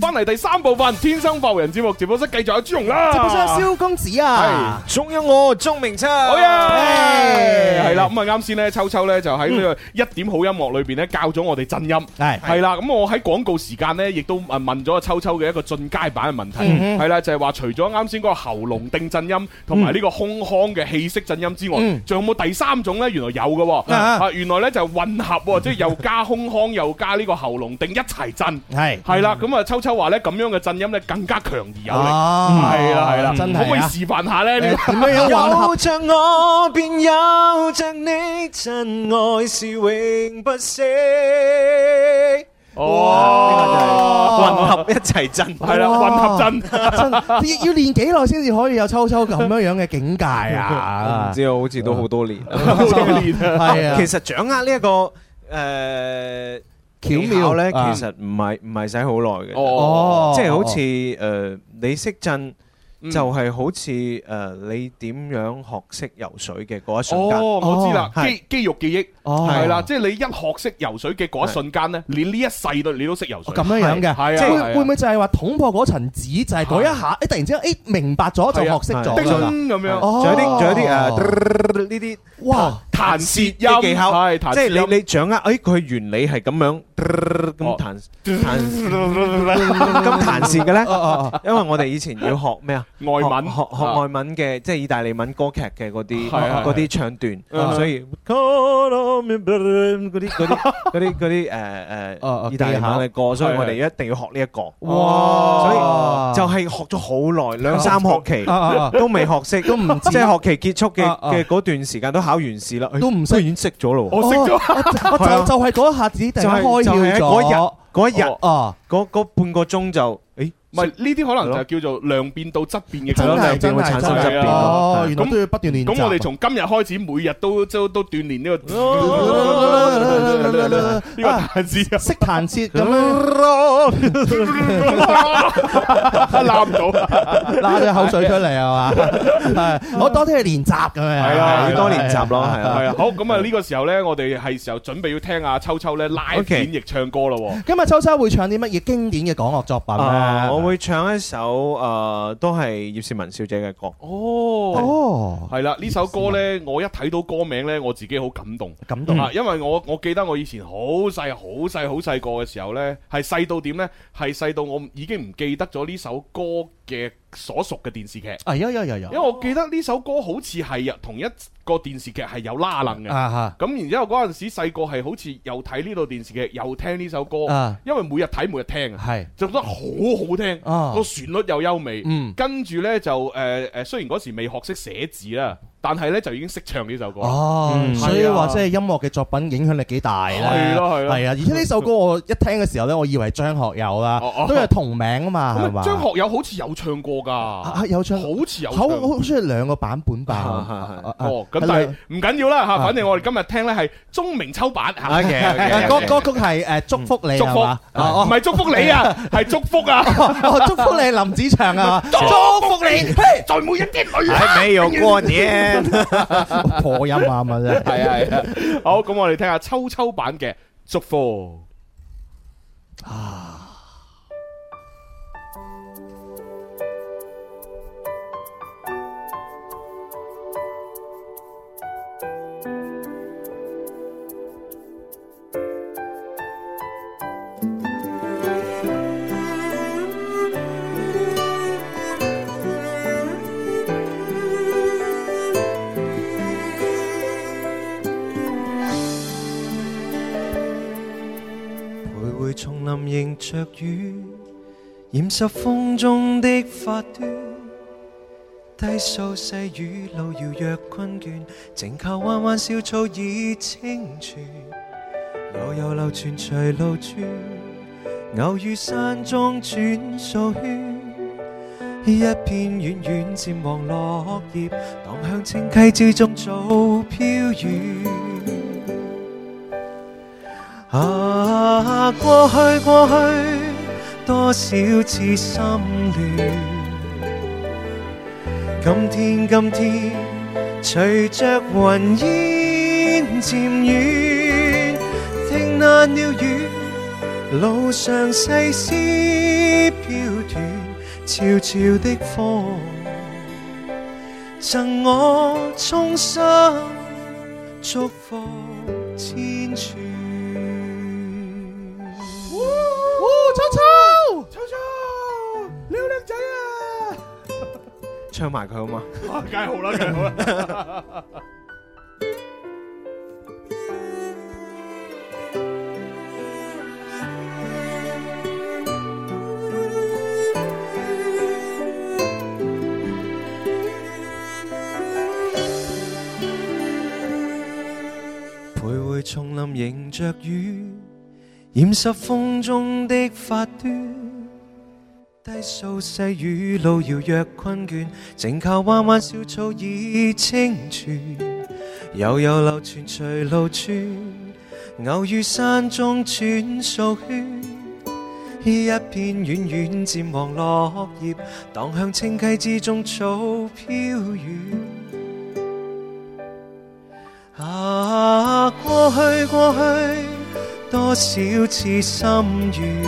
翻嚟第三部分《天生浮人》節目直播室，繼續有朱容啦，直播室有蕭公子啊，仲有我鍾明秋，好嘢，係啦，咁啊啱先咧，秋秋咧就喺呢個一點好音樂裏邊咧教咗我哋震音，嗯係係啦，咁我喺廣告時間咧亦都問問咗秋秋嘅一個進階版嘅問題，嗯哼係啦，就係話除咗啱先嗰個喉嚨定震音同埋呢個胸腔嘅氣息震音之外嗯，仲有冇第三種咧？原來有嘅喎，啊嗯啊原來咧就混合喎，即係又加胸腔又加呢個喉嚨定一齊震。係係啦，咁啊，秋秋話咧咁樣嘅震音咧更加強而有力，哦係啦係啦，真係啊可唔可以示範下咧？呢個有着我，便有着你，真愛是永不死。哇！混合一齊震，係啦，混合震， 真要要練幾耐先至可以有秋秋咁樣樣嘅境界啊唔！知啊，好似都好多年，好 多年啊係啊其實掌握呢一個誒巧妙技巧咧，其啊實唔係唔係使好耐嘅，哦即係好似誒你識震。就係好似誒你點樣學識游水嘅嗰一瞬間，哦，我知啦，係肌肌肉記憶，哦係啦，即係你一學識游水嘅嗰一瞬間咧，你呢一世都你都識游水，哦咁樣樣嘅，係會啊，會唔會就係話捅破嗰層紙，就係嗰一下，誒突然之間，誒明白咗啊就學識咗啦叮咁樣，哦哦仲有啲仲有啲誒呢啲哇彈舌音啲技巧，係彈即舌係音你你掌握，誒佢原理係咁樣咁彈 彈咁彈舌嘅哦咧，因為我哋以前要學咩啊？哦外文啊學學外文嘅，即係意大利文歌劇嘅嗰啲係係嗰啲唱段，嗯所以 嗰啲嗰啲 呃嗰啲嗰啲誒哦誒意大利文嘅歌，所以我哋一定要學呢一個。哇所以就係學咗好耐，兩三學期啊啊啊都未學識，都唔知 即係學期結束嘅啊啊嘅嗰段時間都考完試啦，哎都唔識，已經識咗咯喎。我識咗哦我就係啊就係嗰一下子突就然間係開就係竅咗喺嗰日，嗰一日哦，嗰嗰半個鐘就誒，唔係呢啲可能就叫做量變到質變嘅係咯過程，量變會產生質變哦，原來咁都要不斷練習。咁我哋 從今日開始，每日都都都鍛鍊呢個呢個彈舌啊，識彈切咁樣，拉 唔到，拉咗口水出嚟係嘛？係我多啲去練習咁樣，啊係啊，要多練習咯係啊係啊。好，咁啊呢個時候咧，我哋係時候準備要聽阿秋秋咧拉 OK 演繹唱歌咯喎。今日秋秋會唱啲乜嘢經典嘅港樂作品啊咧？我會唱一首誒，都係葉倩文小姐嘅歌。哦哦，係啦，呢首歌呢，我一睇到歌名呢，我自己好感動，感動啊！因為我我記得我以前好細、好細、好細個嘅時候呢，係細到點呢？係細到我已經唔記得咗呢首歌嘅所屬嘅電視劇，啊，有有有有因為，我記得呢首歌好似係同一個電視劇係有拉楞嘅。啊哈咁然之後嗰陣時細個係好似又睇呢套電視劇，又聽呢首歌，啊因為每日睇每日聽啊，係就覺得好好聽，個、啊旋律又優美，嗯跟住呢，就誒誒、呃雖然嗰時未學識寫字啦，但係呢就已經識唱呢首歌。哦，所以係啊話即係音樂嘅作品影響力幾大咧，係咯係咯係啊！而且呢首歌我一聽嘅時候咧，我以為張學友啦哦哦，都係同名啊嘛，係咁嘛？啊張學友好似有唱過㗎，啊有唱好似有好唱過。好似係兩個版本吧？啊啊哦，咁係但係唔緊要啦嚇，啊反正我哋今日聽呢係鐘明秋版嚇。兩 OK，OK，OK 歌歌曲係誒祝福你祝福係嘛？哦唔係祝福 你啊，係祝福啊！哦，祝福你林子 祥啊！祝福你，在每一天裏哎，沒有過 年。破音啊嘛真係。系啊系啊，好，咁我哋听下秋秋版嘅祝福。徘徊丛林迎着雨，染湿風中的髮端，低訴世雨路遙若困倦，靜靠彎彎小草已清泉，悠悠流泉隨路轉，偶遇山莊轉數圈。一片遠遠漸黃落葉，蕩向清溪之中早飄遠。啊，過去過去，多少次心亂。今天今天，隨着雲煙漸遠，聽那鳥語，路上細絲飄斷。悄悄的風，贈我衷心祝福千串。秋秋，秋秋，你好靚仔唱埋佢好嘛？ 啊！梗係好啦，梗係好 啦。徘徊叢林迎着雨，染濕風中的髮端。低訴細雨路遙若困倦，靜靠彎彎小草已清泉。悠悠流泉隨路轉，偶遇山中轉數圈。一片遠遠漸黃落葉，蕩向清溪之中早飄遠。啊，過去過去，多少次心願。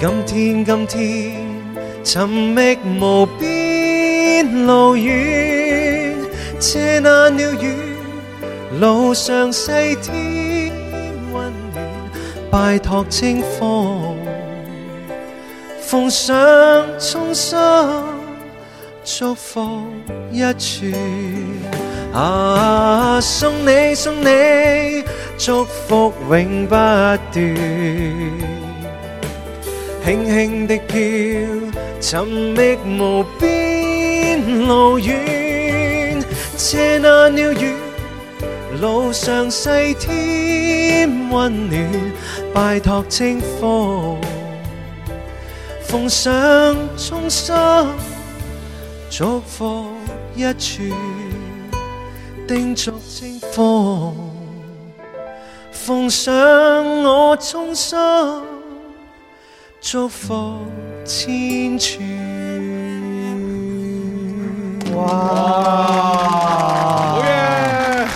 今天今天，尋覓無邊路遠，借那鳥語，路上細天溫暖，拜託清風，奉上衷心祝福一串。啊！送你送你，祝福永不斷。輕輕的飄，尋覓無邊路遠。借那鳥語，路上細添溫暖。拜託清風，奉上衷心祝福一串。叮囑清風，奉上我衷心祝福千串。好 嘢！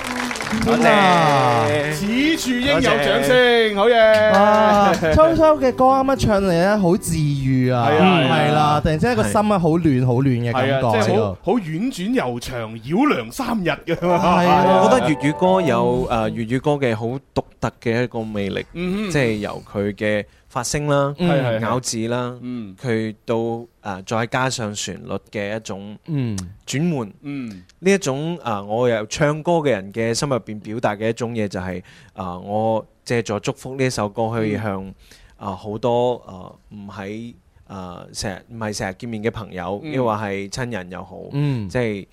多謝此處應有掌聲，好嘢！啊，秋秋嘅歌啱啱唱嚟咧，好治愈啊，係啊係啊係啦，突然之間個心啊，好亂好亂嘅感係啊，即覺係喺好度。好婉轉悠長，繞梁三日嘅。啊我覺得粵語歌有誒呃粵語歌嘅好獨特嘅一個魅力，嗯即係由佢嘅發聲啦、嗯係係係嗯咬字啦，佢到誒再加上旋律嘅一種嗯轉換。嗯呢一種啊、我由唱歌嘅人嘅心入邊表達嘅一種嘢就係、啊、我借助《祝福》呢一首歌去嗯向啊好、多啊唔喺啊成日唔係成日見面嘅朋友，嗯亦或係親人又好，嗯即係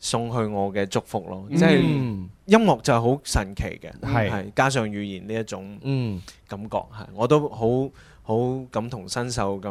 送去我嘅祝福咯。嗯即係音樂就係好神奇嘅，係加上語言呢一種嗯感覺係，我都好。好感同身受咁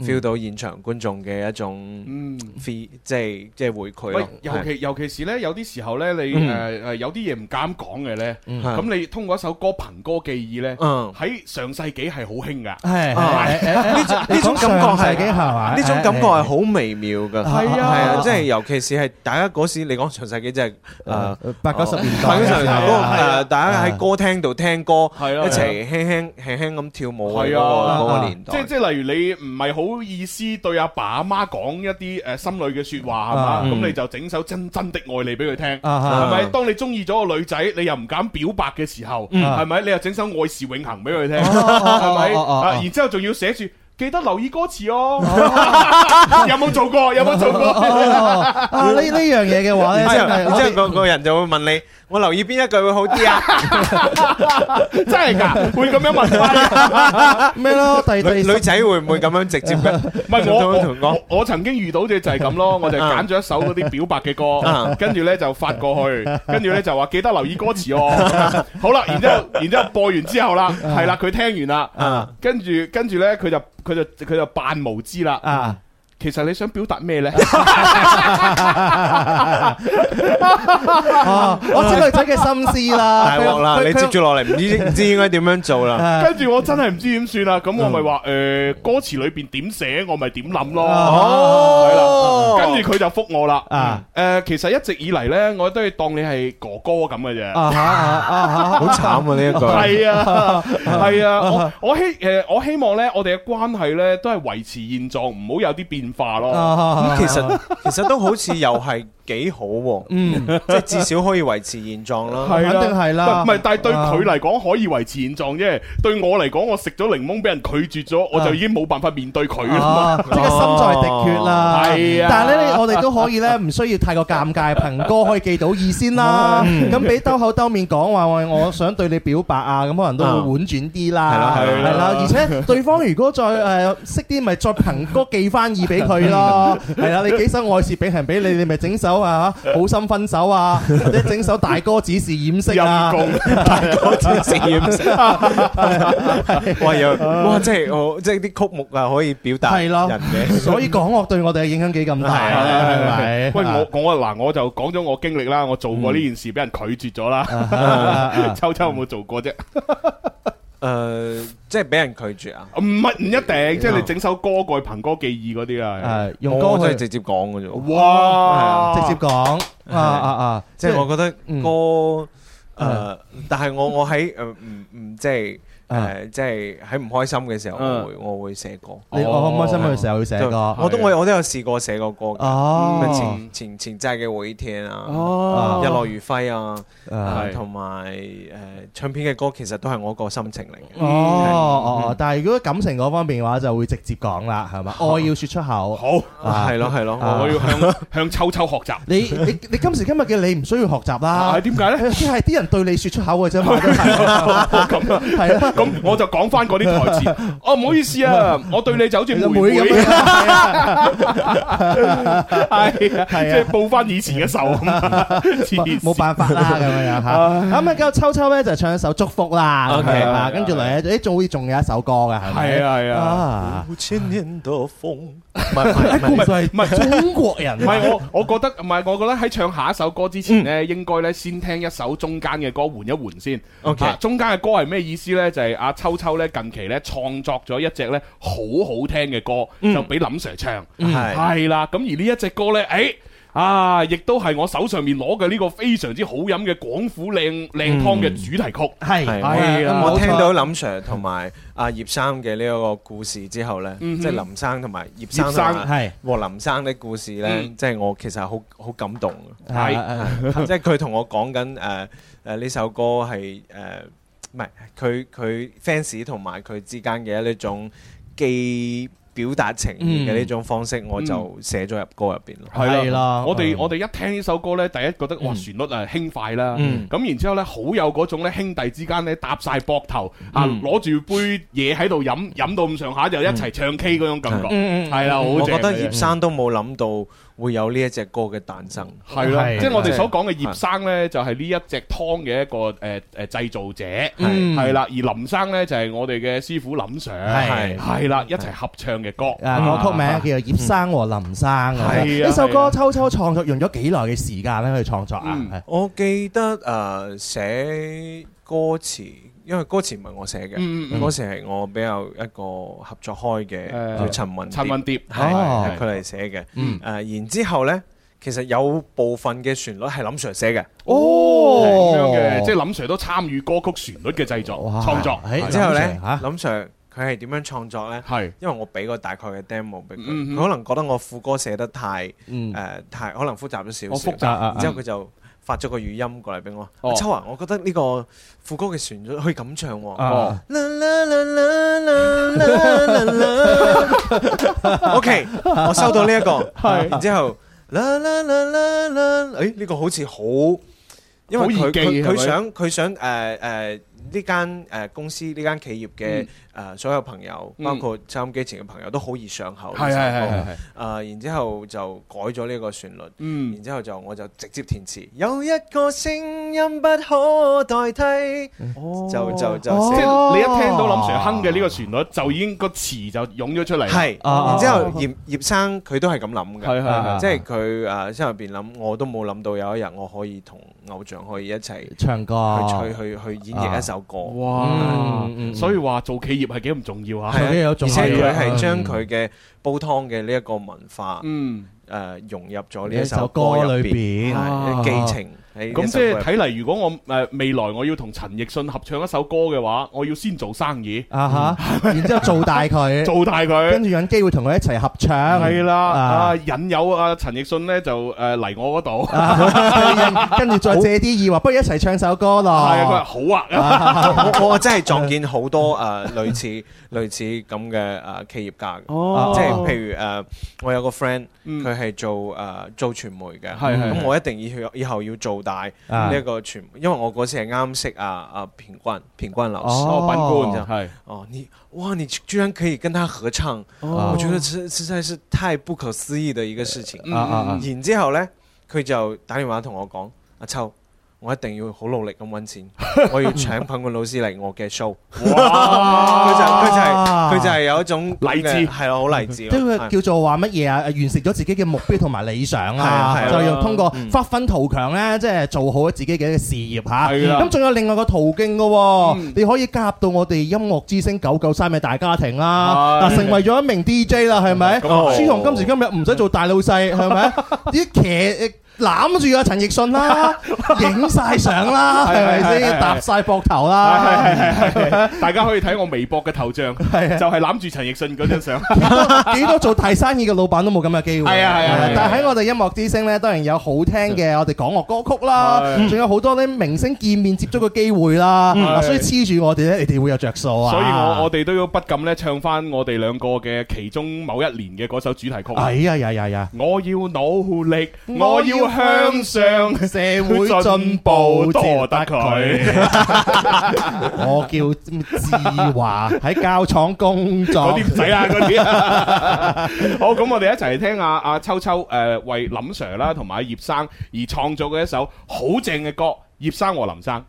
feel 到現場觀眾嘅一種嗯 feel，即係即係回饋喂咯，尤係其尤其是咧，有啲時候咧，你誒嗯誒有啲嘢唔敢講嘅咧，嗯咁你通過一首歌憑歌記憶咧，嗯喺上世紀係好興噶，係係係呢種 呢種感覺係呢種感覺係好微妙噶，係啊啊，即係尤其是係大家嗰時，你講上世紀即係誒八九十年代八九十年代係啊係嗰個啊誒，大家喺歌廳度聽歌，啊一齊輕輕輕輕咁跳舞嘅係嗰個啊，嗰個年即代係。即係例如你唔係好意思對阿爸阿媽講一啲誒心裏嘅説話係嘛，啊咁嗯你就整首真真的愛你俾佢聽，啊啊係咪？當你中意咗個女仔，你又唔敢表白嘅時候，嗯係咪？你又整首愛是永恆俾佢聽，哦係咪？哦哦啊哦然之後仲要寫住。記得留意歌詞哦，有冇做過？有冇做過？哦啊呢呢樣嘢嘅話咧，然之真後係我然之後哋個個人就會問你，我留意邊一句會好啲啊？真係㗎，會咁樣問翻 咩咯？第女女仔會唔會咁樣直接 嘅？唔唔 係我同我我我我曾經遇到嘅就係咁咯，我就揀咗一首嗰啲表白嘅歌啊，跟住咧就發過 去，跟住咧就話記得留意歌詞哦。好啦，然之後然之後播完之後啦，係啦，佢聽完啦啊，跟住跟住咧佢就佢就佢就扮無知啦。啊其實你想表達 咩咧？哦啊我知女仔嘅心思啦。大鑊啦！佢佢你接住落嚟，唔知唔知應該點樣做啦？跟住我真係唔知點算啦，咁我咪話誒歌詞裏邊點寫，我咪點諗咯。哦係啦，跟住佢就覆我啦。啊誒，其實一直以嚟呢，我都係當你係哥哥咁嘅啫。啊 À, 哈啊哈好慘啊呢一句係 啊，係啊，我我希誒我希望呢，我哋嘅關係呢，都係維持現狀，唔好有啲變化咯。咁其實其實都好似又係幾好喎，嗯，即係至少可以維持現狀啦，係啦啊唔係，但係對佢嚟講可以維持現狀啫。對我嚟講，我食咗檸檬俾人拒絕咗，我就已經冇辦法面對佢啦 啊。即係心在滴血啦，係啊，但係咧，我哋都可以咧，唔需要太過尷尬，憑歌可以記到意先啦。嗯咁俾兜口兜面講話，喂我想對你表白啊，咁可能都會婉轉啲係啦啦，係啦係啦。而且對方如果再誒識啲，咪再憑歌寄翻意俾佢 咯。係啦，你幾首愛是永恆俾你，你咪整首啊好心分手啊，或者整首大哥只是掩飾啊， 大哥只是掩 啊飾哇又哇，即係我即係啲曲目啊，可以表達係咯人嘅，所以港樂對我哋嘅影響幾咁大，啊係啊嗯咪喂，？我我嗱，我就講咗我經歷啦，我做過呢件事，俾人拒絕咗啦啊。 秋秋有冇做過啫？誒，即係俾人拒絕啊？唔係唔一定，即係你整首歌過去憑歌寄意嗰啲啦。係啊用我歌真係去直接講嘅啫喎。哇！直接講啊啊啊！即係我覺得歌誒嗯，但係我我喺誒呃唔唔即係啊誒即係喺唔開心嘅時候，我會我會寫歌。哦你我開唔開心嘅時候會寫歌就我都我我都有試過寫過歌嘅。哦咩前前前寨嘅回天啊哦，日落如輝啊，係誒同埋誒唱片嘅歌其實都係我個心情嚟嘅。哦哦哦，但係如果感情嗰方面嘅話，就會直接講啦，係嘛？愛要説出口。好係咯係咯，啊我要向 向秋秋學習。你你你今時今日嘅你唔需要學習啦。啊係點解咧？係啲人對你説出口嘅啫 嘛。都係咁啊，係啊，咁我就講翻嗰啲台詞。哦，唔好意思啊，我對你就好似妹妹妹咁樣啊 係啊，係啊即係報翻以前嘅仇。冇冇辦法啦，咁樣樣嚇。咁啊，夠秋秋咧就唱一首祝福啦，咁 OK 樣啊跟住嚟咧，誒仲好似仲有一首歌嘅，係咪？係啊係啊啊，五千年的風，哎唔 係唔係唔係中國人啊唔係我，我覺得唔係，我覺得喺唱下一首歌之嗯前呢，應該咧先聽一首中間嘅歌緩一緩先。 OK 啊中間嘅歌係咩意思呢？就係阿秋秋咧近期咧創作咗一隻咧好好聽嘅歌，嗯就俾林 Sir 唱，嗯係係啦。咁而呢一隻歌呢，誒啊，亦都係我手上面攞嘅呢個非常之好飲嘅廣府靚靚湯嘅主題曲，嗯係係啦我我聽到林 Sir 同埋阿葉生嘅呢一個故事之後咧，嗯哼即係林生同埋葉生葉生同係埋和林生的故事咧，嗯啊即係我其實好好感動嘅。係係即係佢同我講緊誒誒呃呢首歌係誒唔係佢佢 fans 同埋佢之間嘅呢種既表達情意嘅嗯呢種方式，我就寫咗入歌入邊咯。係嗯啦，我哋我哋一聽呢首歌呢，第一覺得哇旋律啊輕快啦，嗯咁然之後呢，好有嗰種咧兄弟之間咧搭晒膊頭啊，嗯攞住杯嘢喺度飲，飲到咁上下就一齊唱 K 嗰種感覺，係啦，好我覺正啊得嘅葉生都冇諗到會有呢一隻歌嘅誕生。係啦，即係我哋所講嘅葉生呢，就係呢一隻湯嘅一個誒誒製造者，嗯係啦，而林生呢，就係我哋嘅師傅林 Sir，係係啦，一齊合唱嘅歌，啊，個曲名叫做《葉生和林生》啊！係啊呢首歌秋秋創作用咗幾耐嘅時間咧去創作啊？係我記得誒、呃、寫歌詞，因為歌詞唔係我寫嘅，嗯嗯嗯歌詞係我比較一個合作開嘅、誒叫陳雲陳雲碟係哦係佢嚟寫嘅。誒、嗯然之後呢，其實有部分嘅旋律係林 Sir 寫嘅。哦，咁樣嘅，即係林 Sir 都參與歌曲旋律嘅製作創作，然之後呢，林 Sir 佢係點樣創作呢？係因為我俾個大概嘅 demo 俾嗯嗯佢，佢可能覺得我副歌寫得太嗯誒太可能複雜咗少哦少，複雜啊然之後嗯佢就。發咗個語音過嚟俾我，哦阿秋啊，我覺得呢個副歌嘅旋律可以咁唱喎。哦啦啦啦啦 啦啦啦 OK，我收到呢一個，然之後啦啦啦啦啦，誒呢個好似好，因為好佢易記佢係咪佢想佢想誒誒呢間誒公司呢間企業嘅嗯誒所有朋友，嗯包括收音機前嘅朋友都好易上口。係係係係係誒，呃然之後就改咗呢個旋律，嗯然之後就我就直接填詞。有一個聲音不可代替，就就哦就即係你一聽到林 Sir 哦哼嘅呢個旋律，就已經個詞就湧咗出嚟。係，啊然之後葉葉生佢都係咁諗係係嘅，係即係佢誒心入邊諗，我都冇諗到有一日我可以同偶像可以一齊唱歌去去去去演啊繹一首歌。嗯哇！所以話做企業係幾咁重要啊！係啊而且佢係將嗯佢嘅煲湯嘅呢一個文化，嗯誒融入咗呢一首歌入邊，啊係寄情喺呢咁一即首歌入係邊睇嚟，如果我誒未來我要同陳奕迅合唱一首歌嘅話，我要先做生意啊哈，然之後做大佢，嗯 做大佢跟住有機會同佢一齊合唱，係啦，啊啊引誘啊陳奕迅咧就誒嚟我嗰度，啊 跟住再借啲意話，不如一齊唱首歌咯。係啊佢話好啊我我我真係撞見 好多誒類似類似咁嘅誒企業家嘅，啊哦即係譬如誒我有個 friend 嗯佢係做誒做傳媒嘅，係係咁我一定以後以後要做大啊呢一個傳，因為我嗰時係啱識啊啊平冠平冠老師，哦品冠就係哦你哇你居然可以跟他合唱，哦我覺得實實在是太不可思議的一個事情。啊啊啊然之後呢，佢就打電話同我講：阿秋，我一定要好努力 咁揾錢，我要請品冠老師嚟我嘅 show。哇佢就佢就係佢就係有一種勵志係啦，好勵志咯。都會係叫做話乜嘢啊？完成咗自己嘅目標同埋理想啊係啊係，啊就要通過嗯發奮圖強咧，即係做好自己嘅一個事業嚇。係啦咁仲有另外個途徑嘅喎，你可以加入到我哋音樂之星九九三嘅大家庭啦，係嗱成為咗一名 DJ 啦，係咪？咁啊朱紅今時今日唔使做大老細，係咪？啲騎攬住阿陳奕迅啦，影晒相啦，係咪係係係先？係搭晒膊頭係啦，係係係，大家可以睇我微博嘅頭像，就係攬住陳奕迅嗰張相。 幾多做大生意嘅老闆都冇咁嘅機會。係啊係啊係啊但係喺我哋音樂之星呢，當然有好聽嘅我哋港樂歌曲啦係，仲有好多啲明星見面接觸嘅機會啦。啊嗯嗱所以黐住我哋呢，你哋會有着數啊。所以我我哋都要不禁咧唱翻我哋兩個嘅其中某一年嘅嗰首主題曲。哎呀呀呀呀！我要努力，我要向上，社會進步多得 佢。我叫志華喺膠廠工作。嗰啲唔使啦，嗰啲。好，咁我哋一齊嚟聽下阿秋秋誒為林 Sir 啦同埋葉生而創作嘅一首好正嘅歌，葉生和林生。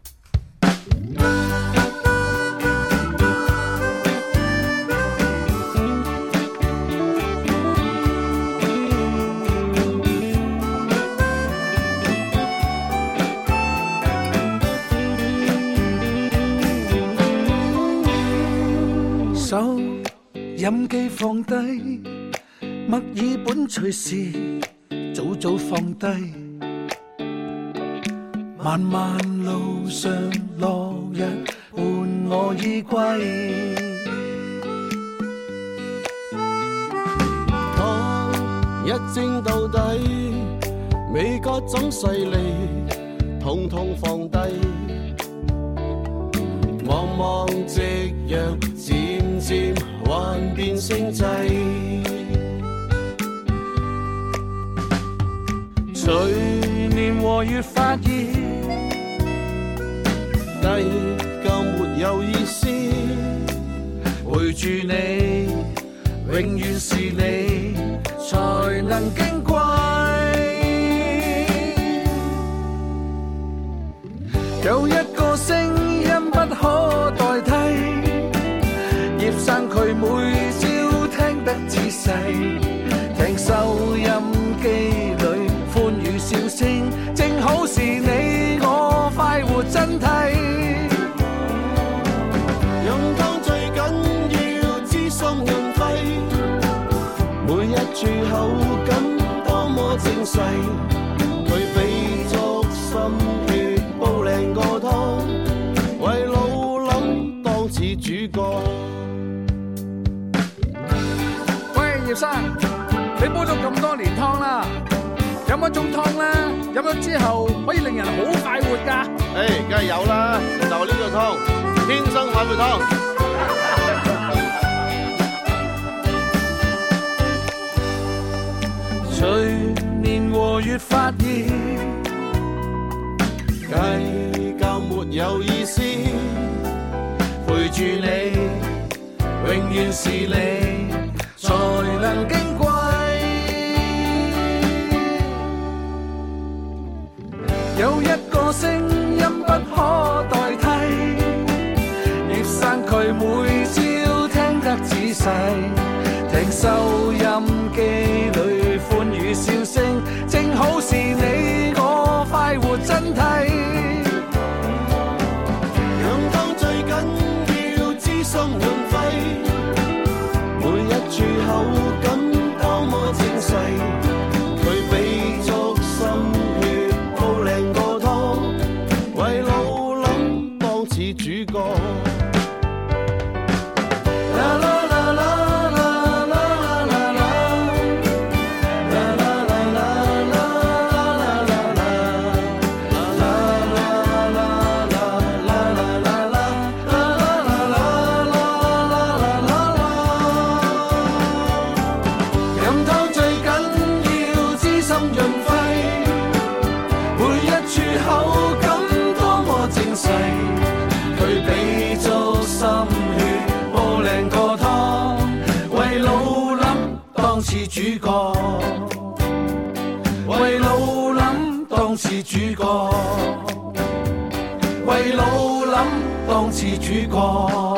手飲機放低，墨爾本隨時早早放低，漫漫路上落日伴我依歸。趟一蒸到底，美國總勢利，通通放低。茫茫夕陽，漸漸幻變星際。隨年和月發現，低究沒有意思，陪住你，永遠是你，才能矜貴。有一個聲音不可代替，葉生佢每朝聽得仔細，聽收音機裏歡語笑聲，正好是你我快活真諦。用湯最緊要知心潤肺，每一處口感多麼精細，佢俾足心血煲靚個湯，為老諗當似主角。喂，葉生，你煲咗咁多年湯啦，有冇一種湯咧？飲咗之後可以令人好快活㗎？誒，梗係有啦，就係呢個湯，天生快活湯。隨年我越發現，计较没有意思，陪住你，永遠是你，才能矜貴。有一個聲音不可代替，葉生佢每朝聽得仔細，聽收音機裏歡語笑聲，正好是你我快活真諦。養湯最緊要知生活費，每一處口感多麼精細，佢俾足心血煲靚個湯，為老諗當似主角。飲湯最緊要知心潤肺，每一處口感多麼精細，佢俾足心血煲靚個湯，為老諗當似主角，為老諗當似主角，為老諗當似主角。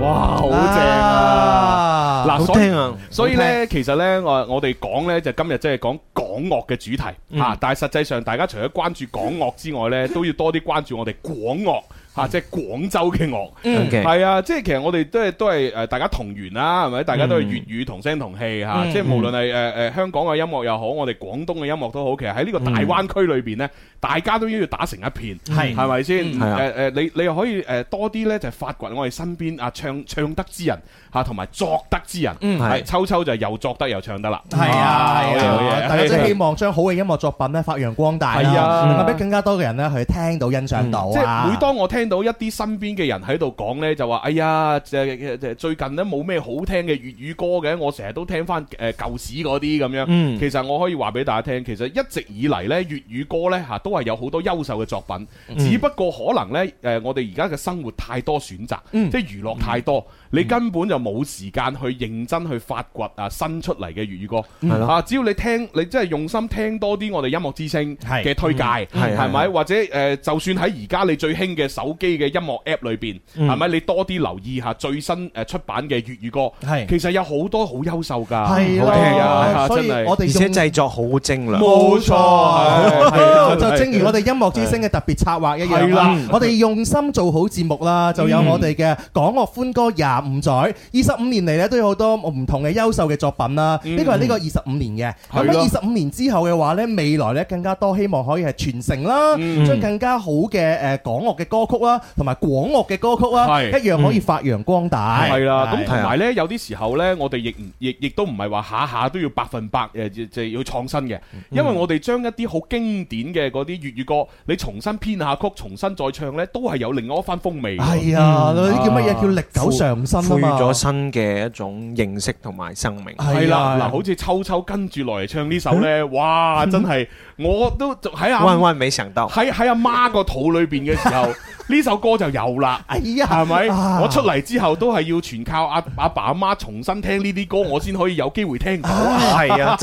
哇，好正啊！嗱，所以所以咧，其實咧，我我哋講咧就今日即係講港樂嘅主題嗯嚇，但係實際上大家除咗關注港樂之外 咧，都要多啲關注我哋廣樂。嚇，即係廣州嘅樂，嗯 OK 係啊，即係其實我哋都係都係誒，大家同源啦，係咪？大家都係粵語同聲同氣嚇，嗯即係無論係誒誒香港嘅音樂又好，我哋廣東嘅音樂都好，其實喺呢個大灣區裏邊咧，大家都要打成一片，嗯係係嗯咪先？係啊誒誒，你你又可以誒多啲咧，就係發掘我哋身邊啊唱唱得之人嚇，同埋作得之人。嗯係係秋秋就又作得又唱得啦。係啊，好係嘢好嘢啊，大家真係希望將好嘅音樂作品咧發揚光大係啊啦，能夠俾更加多嘅人咧去聽到、欣賞到即啊。係每當我聽到一啲身邊嘅人喺度講呢，就話：哎呀，誒誒最近呢冇咩好聽嘅粵語歌嘅，我成日都聽翻誒舊時嗰啲咁樣。嗯其實我可以話俾大家聽，其實一直以嚟呢粵語歌呢嚇都係有好多優秀嘅作品，嗯只不過可能呢，誒我哋而家嘅生活太多選擇，嗯即係娛樂太多，你根本就冇時間去認真去發掘啊新出嚟嘅粵語歌。嗯係咯啊只要你聽，你真係用心聽多啲我哋音樂之聲嘅推介，嗯係係係咪？或者誒、呃就算喺而家你最興嘅手機嘅音樂 App 裏邊，嗯係咪、你多啲留意下最新誒出版嘅粵語歌？係其實有好多好優秀㗎，係咯好聽㗎所以真係我哋用而且製作好精良冇錯， 就正如我哋音樂之聲星嘅特別策劃一樣係啦啦。我哋用心做好節目啦，就有我哋嘅港樂歡歌廿五載，二十五年嚟咧都有好多唔同嘅優秀嘅作品啦。嗯呢個係呢個二十五年嘅。咁係咯喺二十五年之後嘅話咧，未來咧更加多希望可以係傳承啦，將更加好嘅誒港樂嘅歌曲啦，同埋廣樂嘅歌曲啦，係一樣可以發揚光大。係啦，咁係啊同埋呢，有啲時候呢，我哋亦唔亦亦都唔係話下下都要百分百呃誒，就要創新嘅，嗯因為我哋將一啲好經典嘅嗰啲粵語歌，你重新編下曲，重新再唱呢，都係有另外一番風味。係啊，嗰啲叫乜嘢叫歷久常新啊嗯賦予嘛。咗新嘅一種認識同埋生命。係啦，嗱，好似秋秋跟住落嚟唱呢首呢，哇，真係我都喺阿萬萬沒想到，喺喺阿媽個肚裏邊嘅時候，呢首歌就有啦。哎呀，係咪？啊我出嚟之後都係要全靠阿阿爸阿媽重新聽呢啲歌，我先可以有機會聽到。啊 嗰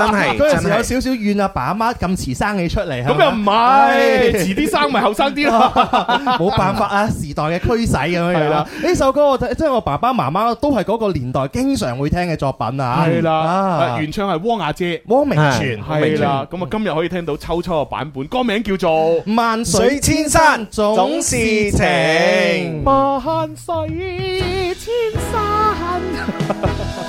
陣時有少少怨阿爸阿媽咁遲生你出嚟，咁又唔係，遲啲生咪後生啲咯。 冇辦法啊，時代嘅驅使咁樣係啦樣啦。呢首歌我睇即係我爸爸媽媽都係嗰個年代經常會聽嘅作品啊。係啦，啊啊原唱係汪亞姐，汪明荃汪明係荃啦。咁啊，今日可以聽到秋秋嘅版本，歌名叫做《萬水千山總是情萬水千山。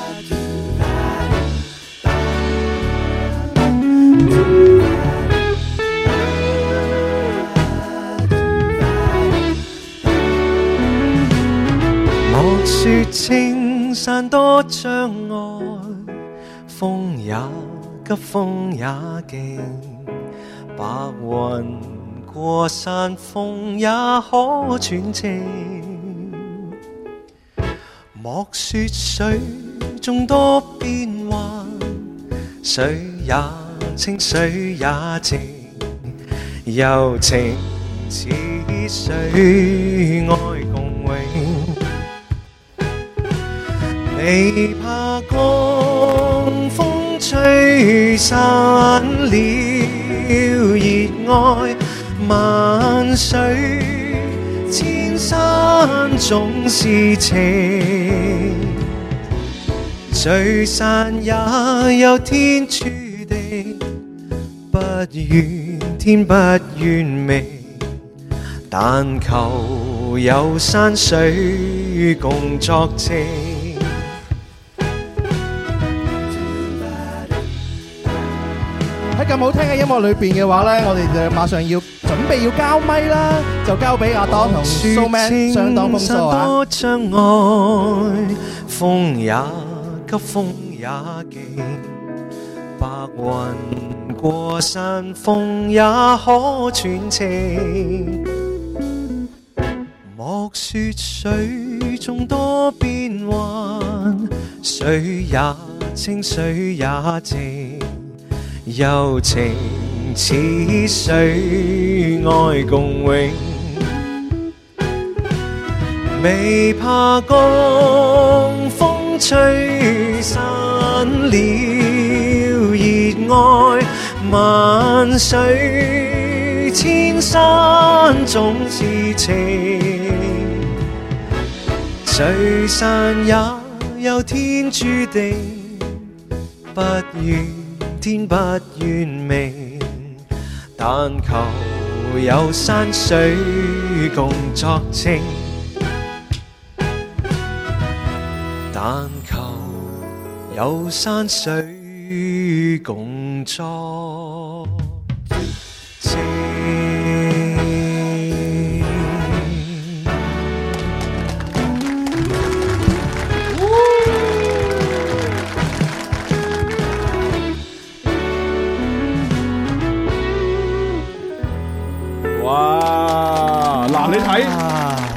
莫说青山多障礙，風也急，風也勁，白雲過山峰也可喘息。莫说水中多變幻，水也也清，水也靜，柔情似水，愛共永。你怕江風吹散了熱愛，萬水千山總是情。聚散也有天注定，不怨天不怨命，但求有山水共作證。喺咁好聽嘅音樂裏邊嘅話咧，我哋就馬上要準備要交咪啦，就交俾阿當同蘇 man 相當風騷啊！多障礙，風也急，風也勁，白雲過山峰也可傳情。莫說水中多變幻，水也清，水也靜，柔情似水，愛共永。未怕江風吹散了熱愛，萬水千山總是情。聚散也有天注定，不怨天不怨命，但求有山水共作證。但求有山水共作證。哇！嗱，你睇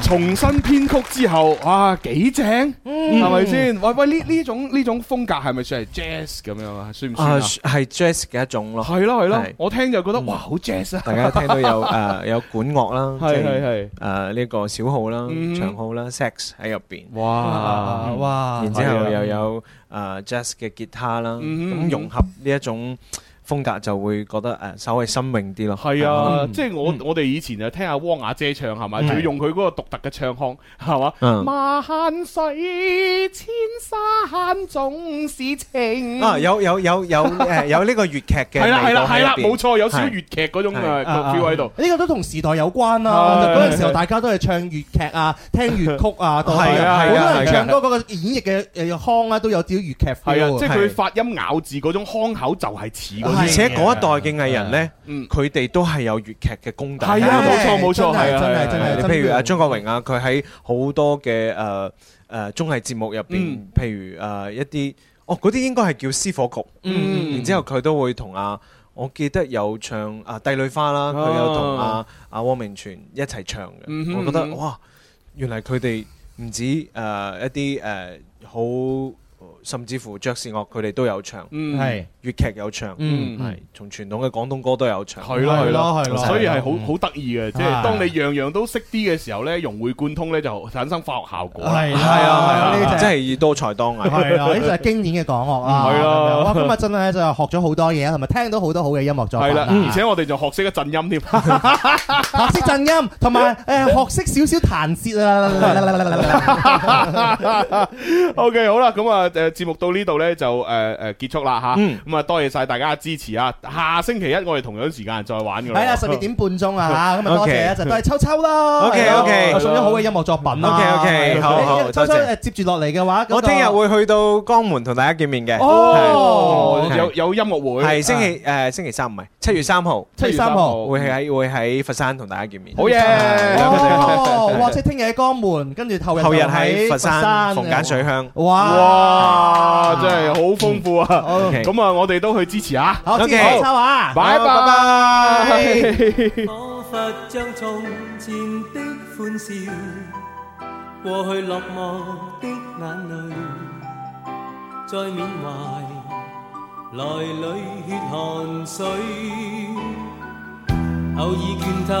重新編曲之後，哇，幾正，嗯係咪先？喂喂，呢呢種呢種風格係咪算係 jazz 咁樣啊？算唔算啊，啊？係 jazz 嘅一種咯。啊係咯係咯係，我聽就覺得嗯哇，好 jazz 啊！大家聽到有誒有管樂啦，係即係係誒呢個小號啦、嗯長號啦、sax 喺入邊，哇嗯哇然之後係啊又有誒 jazz 嘅吉他啦，嗯咁融合呢一種風格就會覺得誒稍微新穎啲咯。 係啊，嗯即係我我哋以前就聽阿汪雅姐唱係咪？嗯仲要用佢嗰個獨特嘅唱腔係嘛？麻限水，千山總是情啊有有有有誒有呢個粵劇嘅係啦係啦味道喺係啦，入邊冇錯，有少少係粵劇嗰種係誒個 feel 喺度。啊呢個都同時代有關係啦。嗰陣時候大家都係唱粵劇 啊、聽粵曲啊，都係啊好係啊多人係啊唱歌嗰個演繹嘅誒腔咧都有少少粵劇 feel 係啊，即係佢係發音咬字嗰種腔口就係啊似嗰種而且嗰一代嘅藝人咧，佢哋都係有粵劇嘅功底。係啊冇錯冇錯嗯係啊係啊係啊你真譬如嘅啊張國榮啊，佢喺好多嘅誒誒綜藝節目入邊，嗯譬如誒一啲哦嗰啲應該係叫私火局，嗯然之後佢都會同啊。我記得有唱啊《帝女花》啦，佢有同啊啊汪明荃一齊唱嗯嘅，哼我覺得嗯哼哇，原來佢哋唔止誒一啲誒好，甚至乎爵士樂佢哋都有唱，嗯係粵劇有唱，嗯係從傳統嘅廣東歌都有唱，係咯係咯係咯，所以係好嗯好得意嘅，即係啊當你樣樣都識啲嘅時候咧，融會貫通咧就產生化學效果。係啦係啊係呢啲啊，就係以多才多藝係啦，呢就係經典嘅港樂啦。係啊哇！今日真係就係學咗好多嘢，同埋聽到好多好嘅音樂作品係啦，嗯啊而。且我哋就學識咗震音添。 學識震音，同埋誒學識少少彈舌 啊！ O K，好啦，咁啊，誒，節目到呢度呢，就誒誒結束啦吓，嗯咁啊，多謝晒大家嘅支持啊！下星期一我哋同樣時間再玩哦噶啦，係啦，十二點半鐘 啊嚇，咁啊多 OK 謝啊，就都係秋秋啦。 OK，OK 係啊我送咗好嘅音樂作品啊啦。 OK，OK，好好誒秋秋多謝誒接住落嚟嘅話，嗰個我聽日會去到江門同大家見面嘅，哦係有有音樂會，啊係星期誒星期三唔係七月三號， 7月3號會喺會喺佛山同大家見面。好嘢哦， 哇！即係聽日喺江門，跟住後日後日就喺佛山逢簡水鄉。哇，真係好豐富啊！ OK 咁啊，我哋都去支持啊！嗯好支持秋秋啊拜好拜拜 拜。仿佛像從前的歡笑，過去落寞的眼淚，再緬懷來裏血汗水，偶爾倦透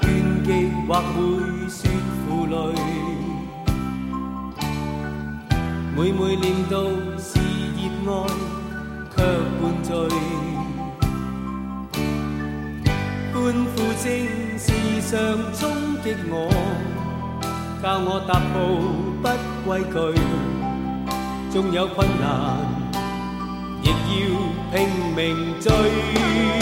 倦極，或會說負累。每每念到是熱愛，卻半醉。歡呼聲時常衝擊我，教我踏步不畏懼，縱有困難。亦要拼命追。